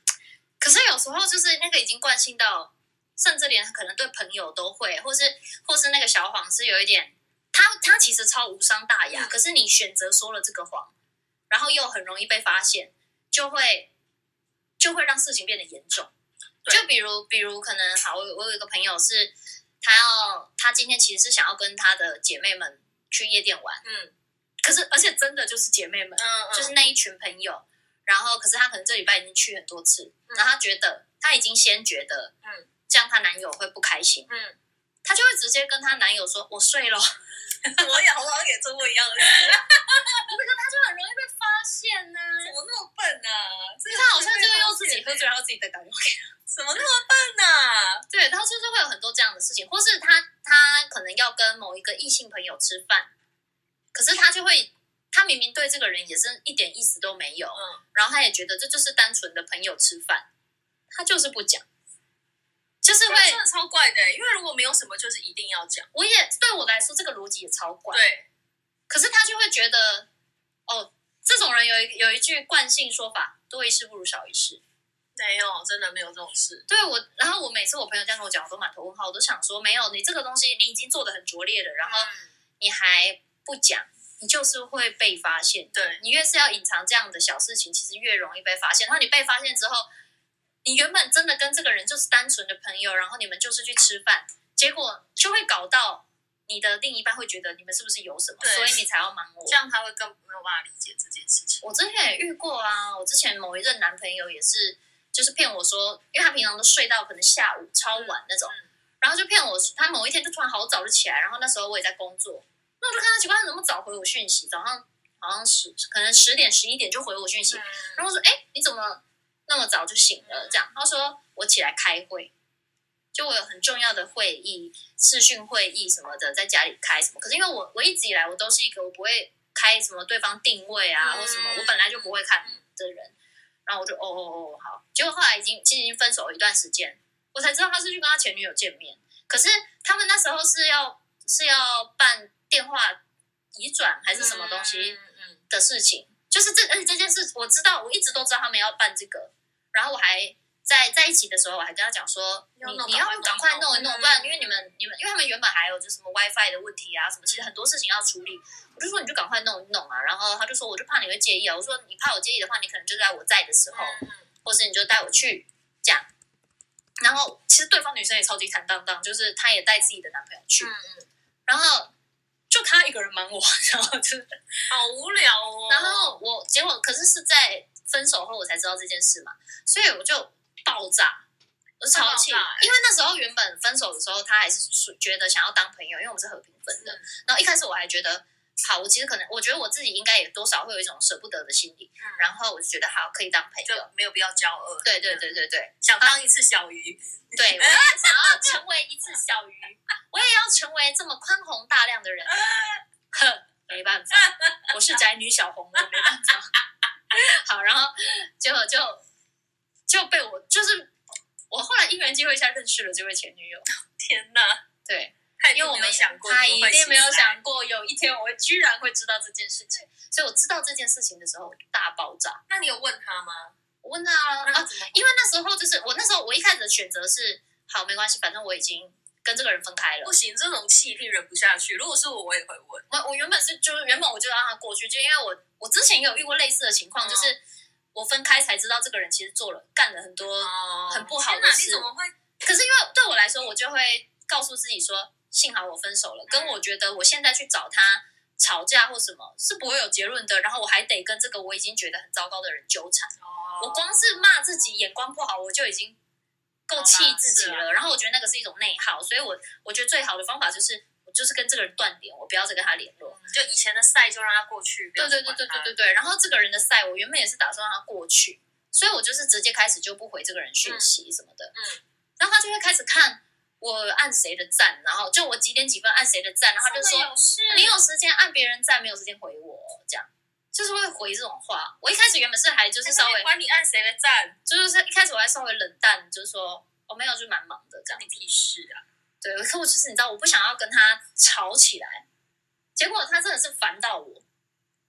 Speaker 2: 可是有时候就是那个已经惯性到，甚至连可能对朋友都会，或是或是那个小谎是有一点，他他其实超无伤大雅，
Speaker 1: 嗯
Speaker 2: 可是你选择说了这个谎，然后又很容易被发现，就会就会让事情变得严重。
Speaker 1: 对
Speaker 2: 就比如比如可能好，我有我有一个朋友是，他要他今天其实是想要跟他的姐妹们去夜店玩，
Speaker 1: 嗯
Speaker 2: 可是而且真的就是姐妹们，
Speaker 1: 嗯
Speaker 2: 就是那一群朋友。然后，可是她可能这礼拜已经去很多次，
Speaker 1: 嗯
Speaker 2: 然后她觉得她已经先觉得，
Speaker 1: 嗯，
Speaker 2: 这样她男友会不开心，
Speaker 1: 嗯，
Speaker 2: 她就会直接跟她男友说：“我睡了。”
Speaker 1: 我也好像也做过一
Speaker 2: [laughs]
Speaker 1: 样的事，
Speaker 2: 就很容易被发现呢、
Speaker 1: 怎么那么笨呢、啊？这
Speaker 2: 因为她好像就用自己喝醉，然后自己再打电话给她。
Speaker 1: 怎么那么笨啊呢、
Speaker 2: 对，她就是会有很多这样的事情，或是她她可能要跟某一个异性朋友吃饭，可是她就会，她明明对这个人也是一点意思都没有，
Speaker 1: 嗯，
Speaker 2: 然后她也觉得这就是单纯的朋友吃饭，她就是不讲，就是
Speaker 1: 这
Speaker 2: 会
Speaker 1: 个真的超怪的、欸因为如果没有什么，就是一定要讲。
Speaker 2: 我也对我来说，这个逻辑也超怪。
Speaker 1: 对，
Speaker 2: 可是他就会觉得，哦，这种人有一有一句惯性说法，多一事不如少一事。
Speaker 1: 没有，真的没有这种事。
Speaker 2: 对我，然后我每次我朋友这样跟我讲，我都满头问号，我都想说，没有，你这个东西你已经做的很拙劣了，然后你还不讲，你就是会被发现。
Speaker 1: 对
Speaker 2: 你越是要隐藏这样的小事情，其实越容易被发现。然后你被发现之后，你原本真的跟这个人就是单纯的朋友，然后你们就是去吃饭，结果就会搞到你的另一半会觉得你们是不是有什么，
Speaker 1: 对
Speaker 2: 所以你才要瞒我
Speaker 1: 这。样他会更没有办法理解这件事情。
Speaker 2: 我之前也遇过啊，我之前某一任男朋友也是，就是骗我说，因为他平常都睡到可能下午超晚那种，
Speaker 1: 嗯
Speaker 2: 然后就骗我，他某一天就突然好早就起来，然后那时候我也在工作，那我就看他奇怪，他怎么早回我讯息？早上好像十可能十点十一点就回我讯息，然
Speaker 1: 然后
Speaker 2: 后我说，哎、你怎么那么早就醒了？
Speaker 1: 嗯
Speaker 2: 这样，他说我起来开会。就我有很重要的会议、视讯会议什么的，在家里开什么？可是因为我我一直以来我都是一个我不会开什么对方定位啊、
Speaker 1: 嗯
Speaker 2: 或什么，我本来就不会看的人。然后我就哦哦哦好，结果后来已经其实已经分手一段时间，我才知道他是去跟他前女友见面。可是他们那时候是要是要办电话移转还
Speaker 1: 还
Speaker 2: 是什么东西？
Speaker 1: 嗯嗯
Speaker 2: 的事情，就是这而且这件事我知道，我一直都知道他们要办这个，然后我还在在一起的时候，我还跟他讲说，
Speaker 1: 要
Speaker 2: 你
Speaker 1: 弄
Speaker 2: 你要赶
Speaker 1: 赶
Speaker 2: 快
Speaker 1: 快弄
Speaker 2: 弄一弄，
Speaker 1: 嗯
Speaker 2: 不然因为你们你们因为他们原本还有就是什么 WiFi 的问题啊什么，
Speaker 1: 嗯
Speaker 2: 其实很多事情要处理，我就说你就赶快弄一弄啊，然后他就说我就怕你会介意啊，我说你怕我介意的话，你可能就在我在的时候，
Speaker 1: 嗯
Speaker 2: 或是你就带我去这样。然后其实对方女生也超级坦荡荡，就是她也带自己的男朋友去，
Speaker 1: 嗯
Speaker 2: 然后就她一个人瞒我， [laughs] 然后就是
Speaker 1: 好无聊哦。
Speaker 2: 然后我结果可是是在分手后我才知道这件事嘛，所以我就爆炸，我超气，
Speaker 1: 爆炸欸
Speaker 2: 因为那时候原本分手的时候，他还是属觉得想要当朋友，因为我们是和平分的。
Speaker 1: 嗯
Speaker 2: 然后一开始我还觉得，好，我其实可能我觉得我自己应该也多少会有一种舍不得的心理，
Speaker 1: 嗯
Speaker 2: 然后我就觉得好可以当朋
Speaker 1: 就
Speaker 2: 友，
Speaker 1: 没有必要骄傲。
Speaker 2: 对对啊对对对，
Speaker 1: [laughs] 想当一次小鱼。
Speaker 2: 对，我也想要成为
Speaker 1: [laughs]
Speaker 2: 一只小鱼，我也要成为这么宽宏大量的人。 [laughs] 哼，没办法，我是宅女小红，我没办法。 [laughs] 好，然后结果就就被我就是我后来因缘机会下认识了这位前
Speaker 1: [laughs]
Speaker 2: 女友，
Speaker 1: 天哪，
Speaker 2: 对，
Speaker 1: 他一
Speaker 2: 因
Speaker 1: 定
Speaker 2: 为我
Speaker 1: 没
Speaker 2: 们
Speaker 1: 有想过，
Speaker 2: 他一定没有，想过有一天我会居然会知道这件事情，所以我知道这件事情的时候我就大爆炸。
Speaker 1: 那你有问他吗？
Speaker 2: 我问他啊，
Speaker 1: 那怎么？
Speaker 2: 因为那时候就是我那时候我一开始的选择是好没关系，反正我已经跟这个人分开了
Speaker 1: 不。行，这种气一定忍不下去。如果是我，我也会问。
Speaker 2: 我我原本是就是原本我就让他过去，就因为我我之前也有遇过类似的情况，
Speaker 1: 嗯
Speaker 2: 就是我分开才知道这个人其实做了干了很多，
Speaker 1: 哦
Speaker 2: 很不好的
Speaker 1: 天哪
Speaker 2: 事
Speaker 1: 你怎么会？
Speaker 2: 可是因为对
Speaker 1: 嗯
Speaker 2: 我来说，我就会告诉自己说，幸好我分手了，跟我觉得我现在去找他，吵架或什么是不会有结论的，然后我还得跟这个我已经觉得很糟糕的人纠缠。
Speaker 1: 哦
Speaker 2: 我光是骂自己眼光不好，我就已经够气自己
Speaker 1: 好吧是啊
Speaker 2: 了。然后我觉得那个是一种内耗，所以我我觉得最好的方法就是我就是跟这个人断联，我不要再跟他联络。
Speaker 1: 就以前的赛就让他过去，不
Speaker 2: 对
Speaker 1: 要
Speaker 2: 对
Speaker 1: 去
Speaker 2: 对
Speaker 1: 管
Speaker 2: 对对
Speaker 1: 他
Speaker 2: 对对。然后这个人的赛，我原本也是打算让他过去，所以我就是直接开始就不回这个人讯息什么的。
Speaker 1: 嗯，
Speaker 2: 然后他就会开始看我按谁的赞，然后就我几点几分按谁的赞，然后他就说
Speaker 1: 真的有事
Speaker 2: 你有时间按别人赞，没有时间回我，这样就是会回这种话。我一开始原本是还
Speaker 1: 哎
Speaker 2: 就是稍微
Speaker 1: 管你按谁的赞，
Speaker 2: 就是一开始我还稍微冷淡，就是说我、哦、没有，就蛮忙的这样
Speaker 1: 关。你屁事啊！
Speaker 2: 对，可我就是你知道，我不想要跟他吵起来，结果他真的是烦到我，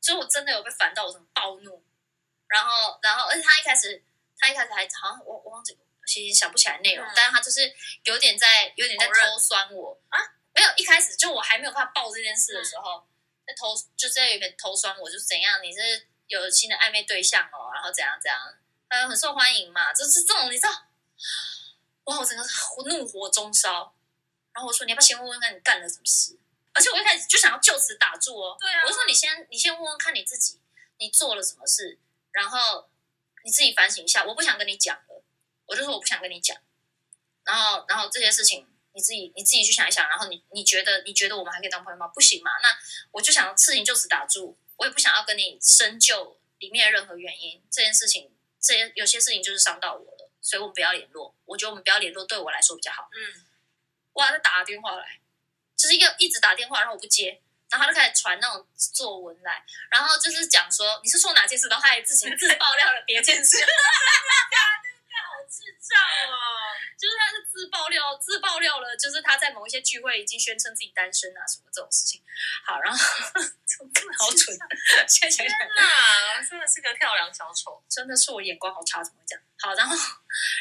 Speaker 2: 所以我真的有被烦到，我很暴怒。然后，然后，而且他一开始，他一开始还好像我我忘记，其实想不起来内容，
Speaker 1: 嗯
Speaker 2: 但是他就是有点在有点在
Speaker 1: 否认
Speaker 2: 偷酸我啊，没有，一开始就我还没有跟他报这件事的
Speaker 1: 嗯
Speaker 2: 时候，在偷就是在有点偷酸我，就是怎样，你是有新的暧昧对象哦，然后怎样怎样，嗯，很受欢迎嘛，就是这种你知道，哇，我整个怒火中烧。然后我说你要不要先问问看你干了什么事？而且我一开始就想要就此打住哦，
Speaker 1: 对啊
Speaker 2: 我就说你先你先问问看你自己，你做了什么事，然后你自己反省一下。我不想跟你讲了，我就说我不想跟你讲。然后然后这些事情你自己你自己去想一想，然后你你觉得你觉得我们还可以当朋友吗？不行嘛，那我就想事情就此打住，我也不想要跟你深究里面的任何原因。这件事情，这些有些事情就是伤到我了，所以我们不要联络。我觉得我们不要联络对我来说比较好。
Speaker 1: 嗯，
Speaker 2: 哇，他打电话来，就是一个一直打电话，然后我不接，然后他就开始传那种作文来，然后就是讲说你是说哪件事，然后他还自己自爆料了别件事， [laughs]
Speaker 1: 智障哦！
Speaker 2: 就是他是自爆料，自爆料了，就是他在某一些聚会已经宣称自己单身啊什么这种事情。好，然后好蠢， [laughs] 现在想
Speaker 1: 天
Speaker 2: 想
Speaker 1: 哪，啊真的是个跳梁小丑。
Speaker 2: 真的是我眼光好差，怎么会这样？好，然后，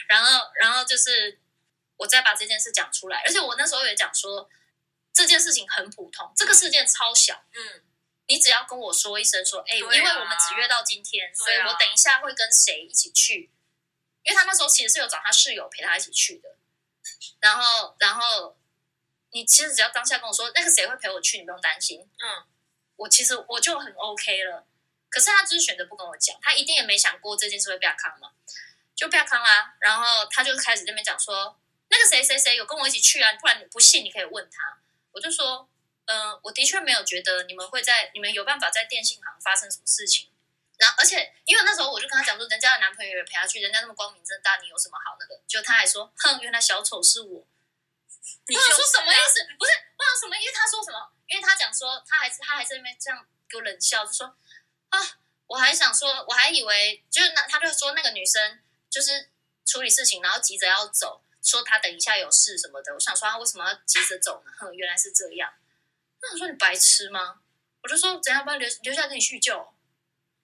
Speaker 2: 然后，然后就是我再把这件事讲出来，而且我那时候也讲说这件事情很普通，这个事件超小。
Speaker 1: 嗯，
Speaker 2: 你只要跟我说一声说，哎、
Speaker 1: 对啊
Speaker 2: 因为我们只约到今天，所以
Speaker 1: 对啊
Speaker 2: 我等一下会跟谁一起去，因为他那时候其实是有找他室友陪他一起去的，然后然后你其实只要当下跟我说那个谁会陪我去，你不用担心，
Speaker 1: 嗯，
Speaker 2: 我其实我就很 OK 了，可是他就是选择不跟我讲，他一定也没想过这件事会被他康嘛，就被他康啦、然后他就开始这边讲说那个谁谁谁有跟我一起去啊，不然你不信你可以问他，我就说嗯，我的确没有觉得你们会在你们有办法在电信行发生什么事情。然后，而且因为那时候我就跟他讲说，人家的男朋友也陪他去，人家那么光明正大，你有什么好那个？就他还说，哼，原来小丑是我。
Speaker 1: 你啊
Speaker 2: 我想说什么意
Speaker 1: 呀？
Speaker 2: 思？不是，我想什么？因为他说什么？因为他讲说，他还是他还在那边这样给我冷笑，就说啊，我还想说，我还以为就是那他就说那个女生就是处理事情，然后急着要走，说她等一下有事什么的。我想说她为什么要急着走呢？哼，原来是这样。那我说你白痴吗？我就说怎样，不然留留下来跟你叙旧。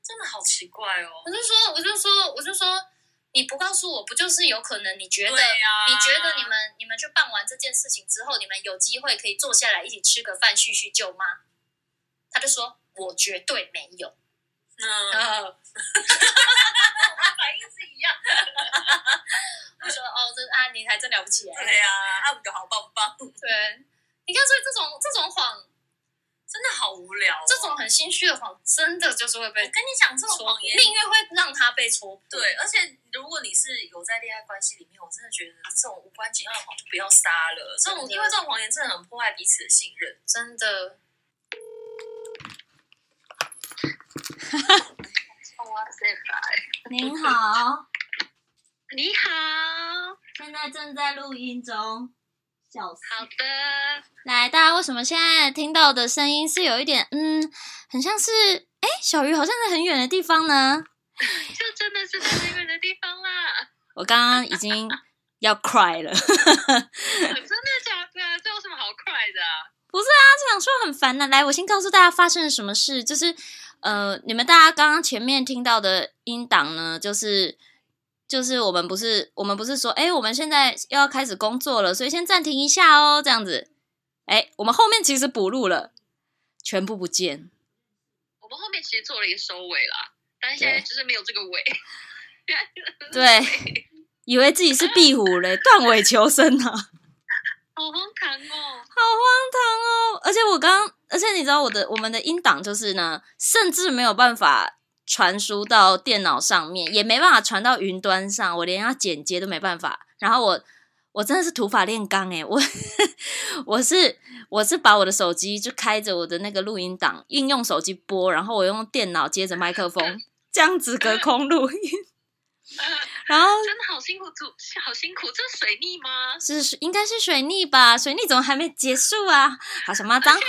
Speaker 1: 真的好奇怪哦
Speaker 2: 我。就说，我就说，我就说，你不告诉我，不就是有可能你觉得、
Speaker 1: 对啊呀
Speaker 2: 你觉得你们你们去办完这件事情之后，你们有机会可以坐下来一起吃个饭叙叙旧吗？他就说，我绝对没有。
Speaker 1: 嗯，
Speaker 2: [laughs] 呃
Speaker 1: 反应是一样。
Speaker 2: [laughs] 我说哦，这啊，你还真了不起哎、
Speaker 1: 对呀，他们就好棒棒，
Speaker 2: [laughs] 对，你看，所以这种这种谎，
Speaker 1: 真的好无聊哦。
Speaker 2: 这种很心虚的谎，真的就是会
Speaker 1: 我
Speaker 2: 被
Speaker 1: 跟你讲，这种
Speaker 2: 戳破，
Speaker 1: 谎言
Speaker 2: 宁愿会让他被戳破。
Speaker 1: 对，而且如果你是有在恋爱关系里面，我真的觉得这种无关紧要的谎就不要撒了。这种
Speaker 2: 真的
Speaker 1: 因为这种谎言真的很破坏彼此的信任。
Speaker 2: 真的。
Speaker 1: 哇塞，
Speaker 3: 您好，
Speaker 4: [laughs] 你好，
Speaker 3: 现在正在录音中，笑死！
Speaker 4: 好的，
Speaker 3: 来，大家为什么现在听到的声音是有一点，嗯，很像是，哎，小鱼好像在很远的地方呢。
Speaker 4: 就真的是在那个的地
Speaker 1: [laughs]
Speaker 4: 方啦。
Speaker 3: 我刚刚已经要 cry 了，
Speaker 4: 真的假的？这有什么好快的啊、
Speaker 3: 他想说很烦呢、来，我先告诉大家发生了什么事，就是呃，你们大家刚刚前面听到的音档呢，就是就是我们不是我们不是说，哎，我们现在又要开始工作了，所以先暂停一下哦，这样子。哎，我们后面其实补录了，全部不见。
Speaker 4: 我们后面其实做了一个收尾啦，但是现在
Speaker 3: 对
Speaker 4: 就是没有这个尾。
Speaker 3: 对，以为自己是壁虎嘞，断尾求生啊！
Speaker 1: [laughs] 好荒唐哦！
Speaker 3: 好荒唐哦！而且我刚，而且你知道我的我们的音档就是呢，甚至没有办法传输到电脑上面，也没办法传到云端上，我连要剪接都没办法。然后我我真的是土法炼钢诶，我 [laughs] 我是我是把我的手机就开着我的那个录音档，应用手机播，然后我用电脑接着麦克风， [laughs] 这样子隔空录音，然后
Speaker 1: 真的好辛苦，主好辛苦，这是水逆吗？
Speaker 3: 是是应该是水逆吧？水逆怎么还没结束啊？好什么脏话？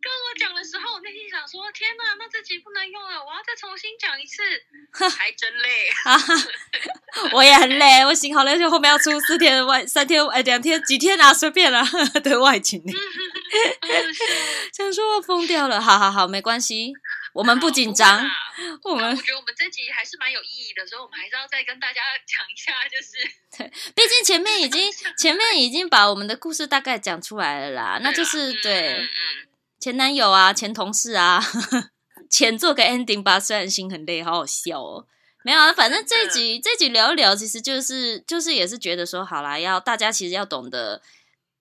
Speaker 1: 跟我讲的时候，我内心想说：天哪，那这集不能用了，我要再重新讲 [laughs] 一次，还真累。
Speaker 3: 哈哈， [laughs] 我也很累，我心好累，而且后面要出四天的外，三天哎，两天几天啊， [laughs] 随便啦、对外勤，
Speaker 1: 嗯是
Speaker 3: 想说我疯掉了，好好好，没关系，我们不紧张
Speaker 1: 好，不会啦但
Speaker 3: 我
Speaker 1: 啊
Speaker 3: 们
Speaker 1: 我觉得我们这集还是蛮有意义的，所以我们还是要再跟大家讲一下，就是
Speaker 3: 毕竟前面已经前面已经把我们的故事大概讲出来了啦，那就是
Speaker 1: 嗯
Speaker 3: 对
Speaker 1: 嗯，
Speaker 3: 前男友啊，前同事啊， [laughs] 前做个 ending 吧，虽然心很累，好好笑哦。没有啊，反正这一集这一集聊一聊，其实就是就是也是觉得说，好啦，要大家其实要懂得，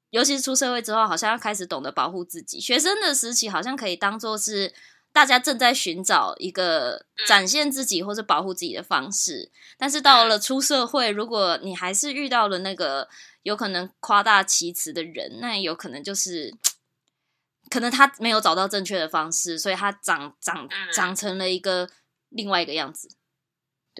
Speaker 3: 尤其是出社会之后，好像要开始懂得保护自己。学生的时期好像可以当做是大家正在寻找一个展现自己或是保护自己的方式，但是到了出社会，如果你还是遇到了那个有可能夸大其词的人，那有可能就是。可能他没有找到正确的方式，所以他长长
Speaker 1: 嗯
Speaker 3: 长成了一个另外一个样子。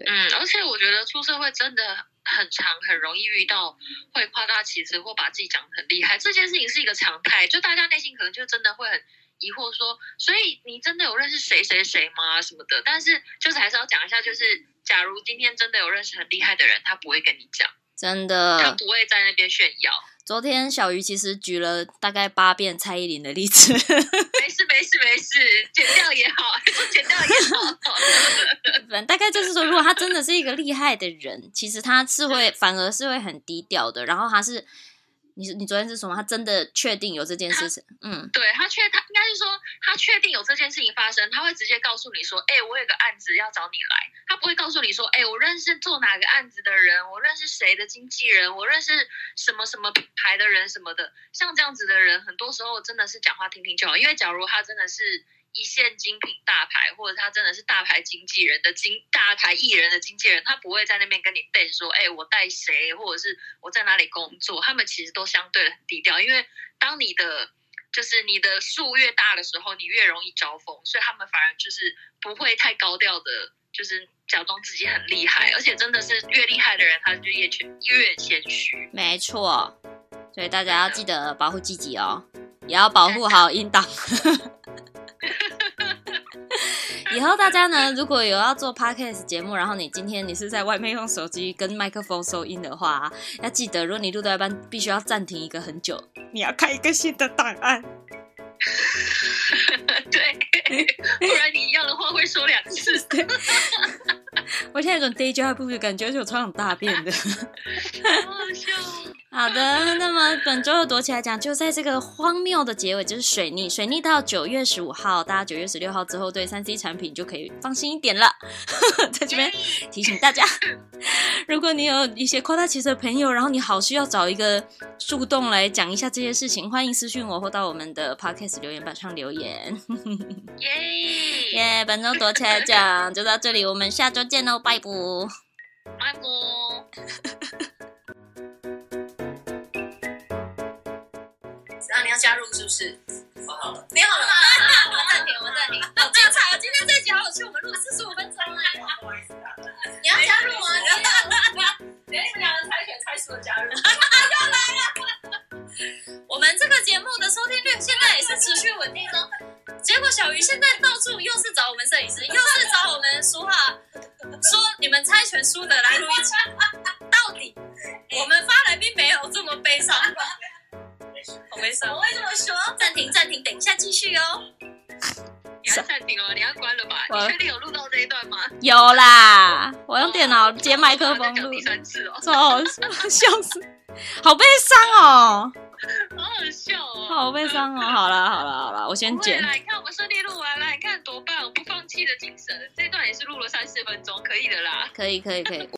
Speaker 1: 嗯，而且我觉得出社会真的很长，很容易遇到会夸大其词或把自己讲得很厉害这件事情是一个常态，就大家内心可能就真的会很疑惑说，所以你真的有认识谁谁谁吗什么的？但是就是还是要讲一下，就是假如今天真的有认识很厉害的人，他不会跟你讲，
Speaker 3: 真
Speaker 1: 他
Speaker 3: 的，
Speaker 1: 不会在那边炫耀。
Speaker 3: 昨天小鱼其实举了大概八遍蔡依林的例子， [laughs]
Speaker 1: 没事没事没事，剪掉也好， [laughs] 剪掉也好。
Speaker 3: 反正大概就是说，如果他真的是一个厉害的人，其实他是会反而是会很低调的。然后他是，你你昨天是什么？他真的确定有这件事情？嗯，
Speaker 1: 对他确他应该是说他确定有这件事情发生，他会直接告诉你说，哎、我有个案子要找你来。他不会告诉你说，哎、我认识做哪个案子的人，我认识谁的经纪人，我认识什么什么品牌的人什么的。像这样子的人，很多时候真的是讲话听听就好，因为假如他真的是。一线精品大牌，或者他真的是大牌经纪人的经大牌艺人的经纪人，他不会在那边跟你背说，哎、我带谁，或者是我在哪里工作，他们其实都相对的很低调，因为当你的就是你的树越大的时候，你越容易招风，所以他们反而就是不会太高调的，就是假装自己很厉害，而且真的是越厉害的人，他就越谦越谦虚。 [laughs]
Speaker 3: 没错。所以大家要记得保护自己哦，也要保护好音档。以后大家呢，如果有要做 podcast 节目，然后你今天你是在外面用手机跟麦克风收音的话、要记得，如果你录到一半，必须要暂停一个很久，你要开一个新的档案。
Speaker 1: 对，不然你要的话会说两次。
Speaker 3: 我现在有种 day job 不感觉，而且我超想大便的。
Speaker 1: 好好笑哦。
Speaker 3: 好的，那么本周的躲起来讲，就在这个荒谬的结尾，就是水逆。水逆到九月十五号，大家九月十六号之后对三 C 产品就可以放心一点了。 [laughs] 在这边提醒大家，如果你有一些夸大其词的朋友，然后你好需要找一个树洞来讲一下这些事情，欢迎私讯我或到我们的 podcast 留言板上留言。
Speaker 1: 耶，
Speaker 3: 耶、本周躲起来讲就到这里，我们下周见喽，拜拜。
Speaker 1: 拜拜。
Speaker 2: 然后你要加入是不是？
Speaker 5: 好好了，
Speaker 2: 没有了，
Speaker 6: 我暂停，我暂停。
Speaker 2: 好精彩哦！今天这集好有趣，我们录了四十五分钟哎。
Speaker 5: 不好意思啊，
Speaker 2: 你要加入吗？你要加入
Speaker 5: 哎，你们两个猜拳猜输了加入，
Speaker 2: 我们这个节目的收听率现在也是持续稳定中。结果小鱼现在到处又是找我们摄影师，又是找我们说话，说你们猜拳输的来录一集。到底我们发来并没有这么悲伤，
Speaker 5: 没事，
Speaker 2: 好悲伤。我为什么说？暂停，暂停，等一下继续哦。
Speaker 1: 你要暂停哦，你要关了吧？
Speaker 3: 我
Speaker 1: 你确定有录到这一段吗？
Speaker 3: 有啦，我用电脑接麦克
Speaker 1: 我
Speaker 3: 风
Speaker 1: 再讲
Speaker 3: 录
Speaker 1: 第。三次哦，
Speaker 3: 超好笑， [laughs] 笑死，好悲伤哦，
Speaker 1: 好好笑哦，
Speaker 3: 好悲伤哦。好啦好啦好啦，我先
Speaker 1: 不会
Speaker 3: 剪
Speaker 1: 啦，。你看我们顺利录完了，你看多棒，不放弃的精神。这段也是录了三四分钟，可以的啦。
Speaker 3: 可以可以可以，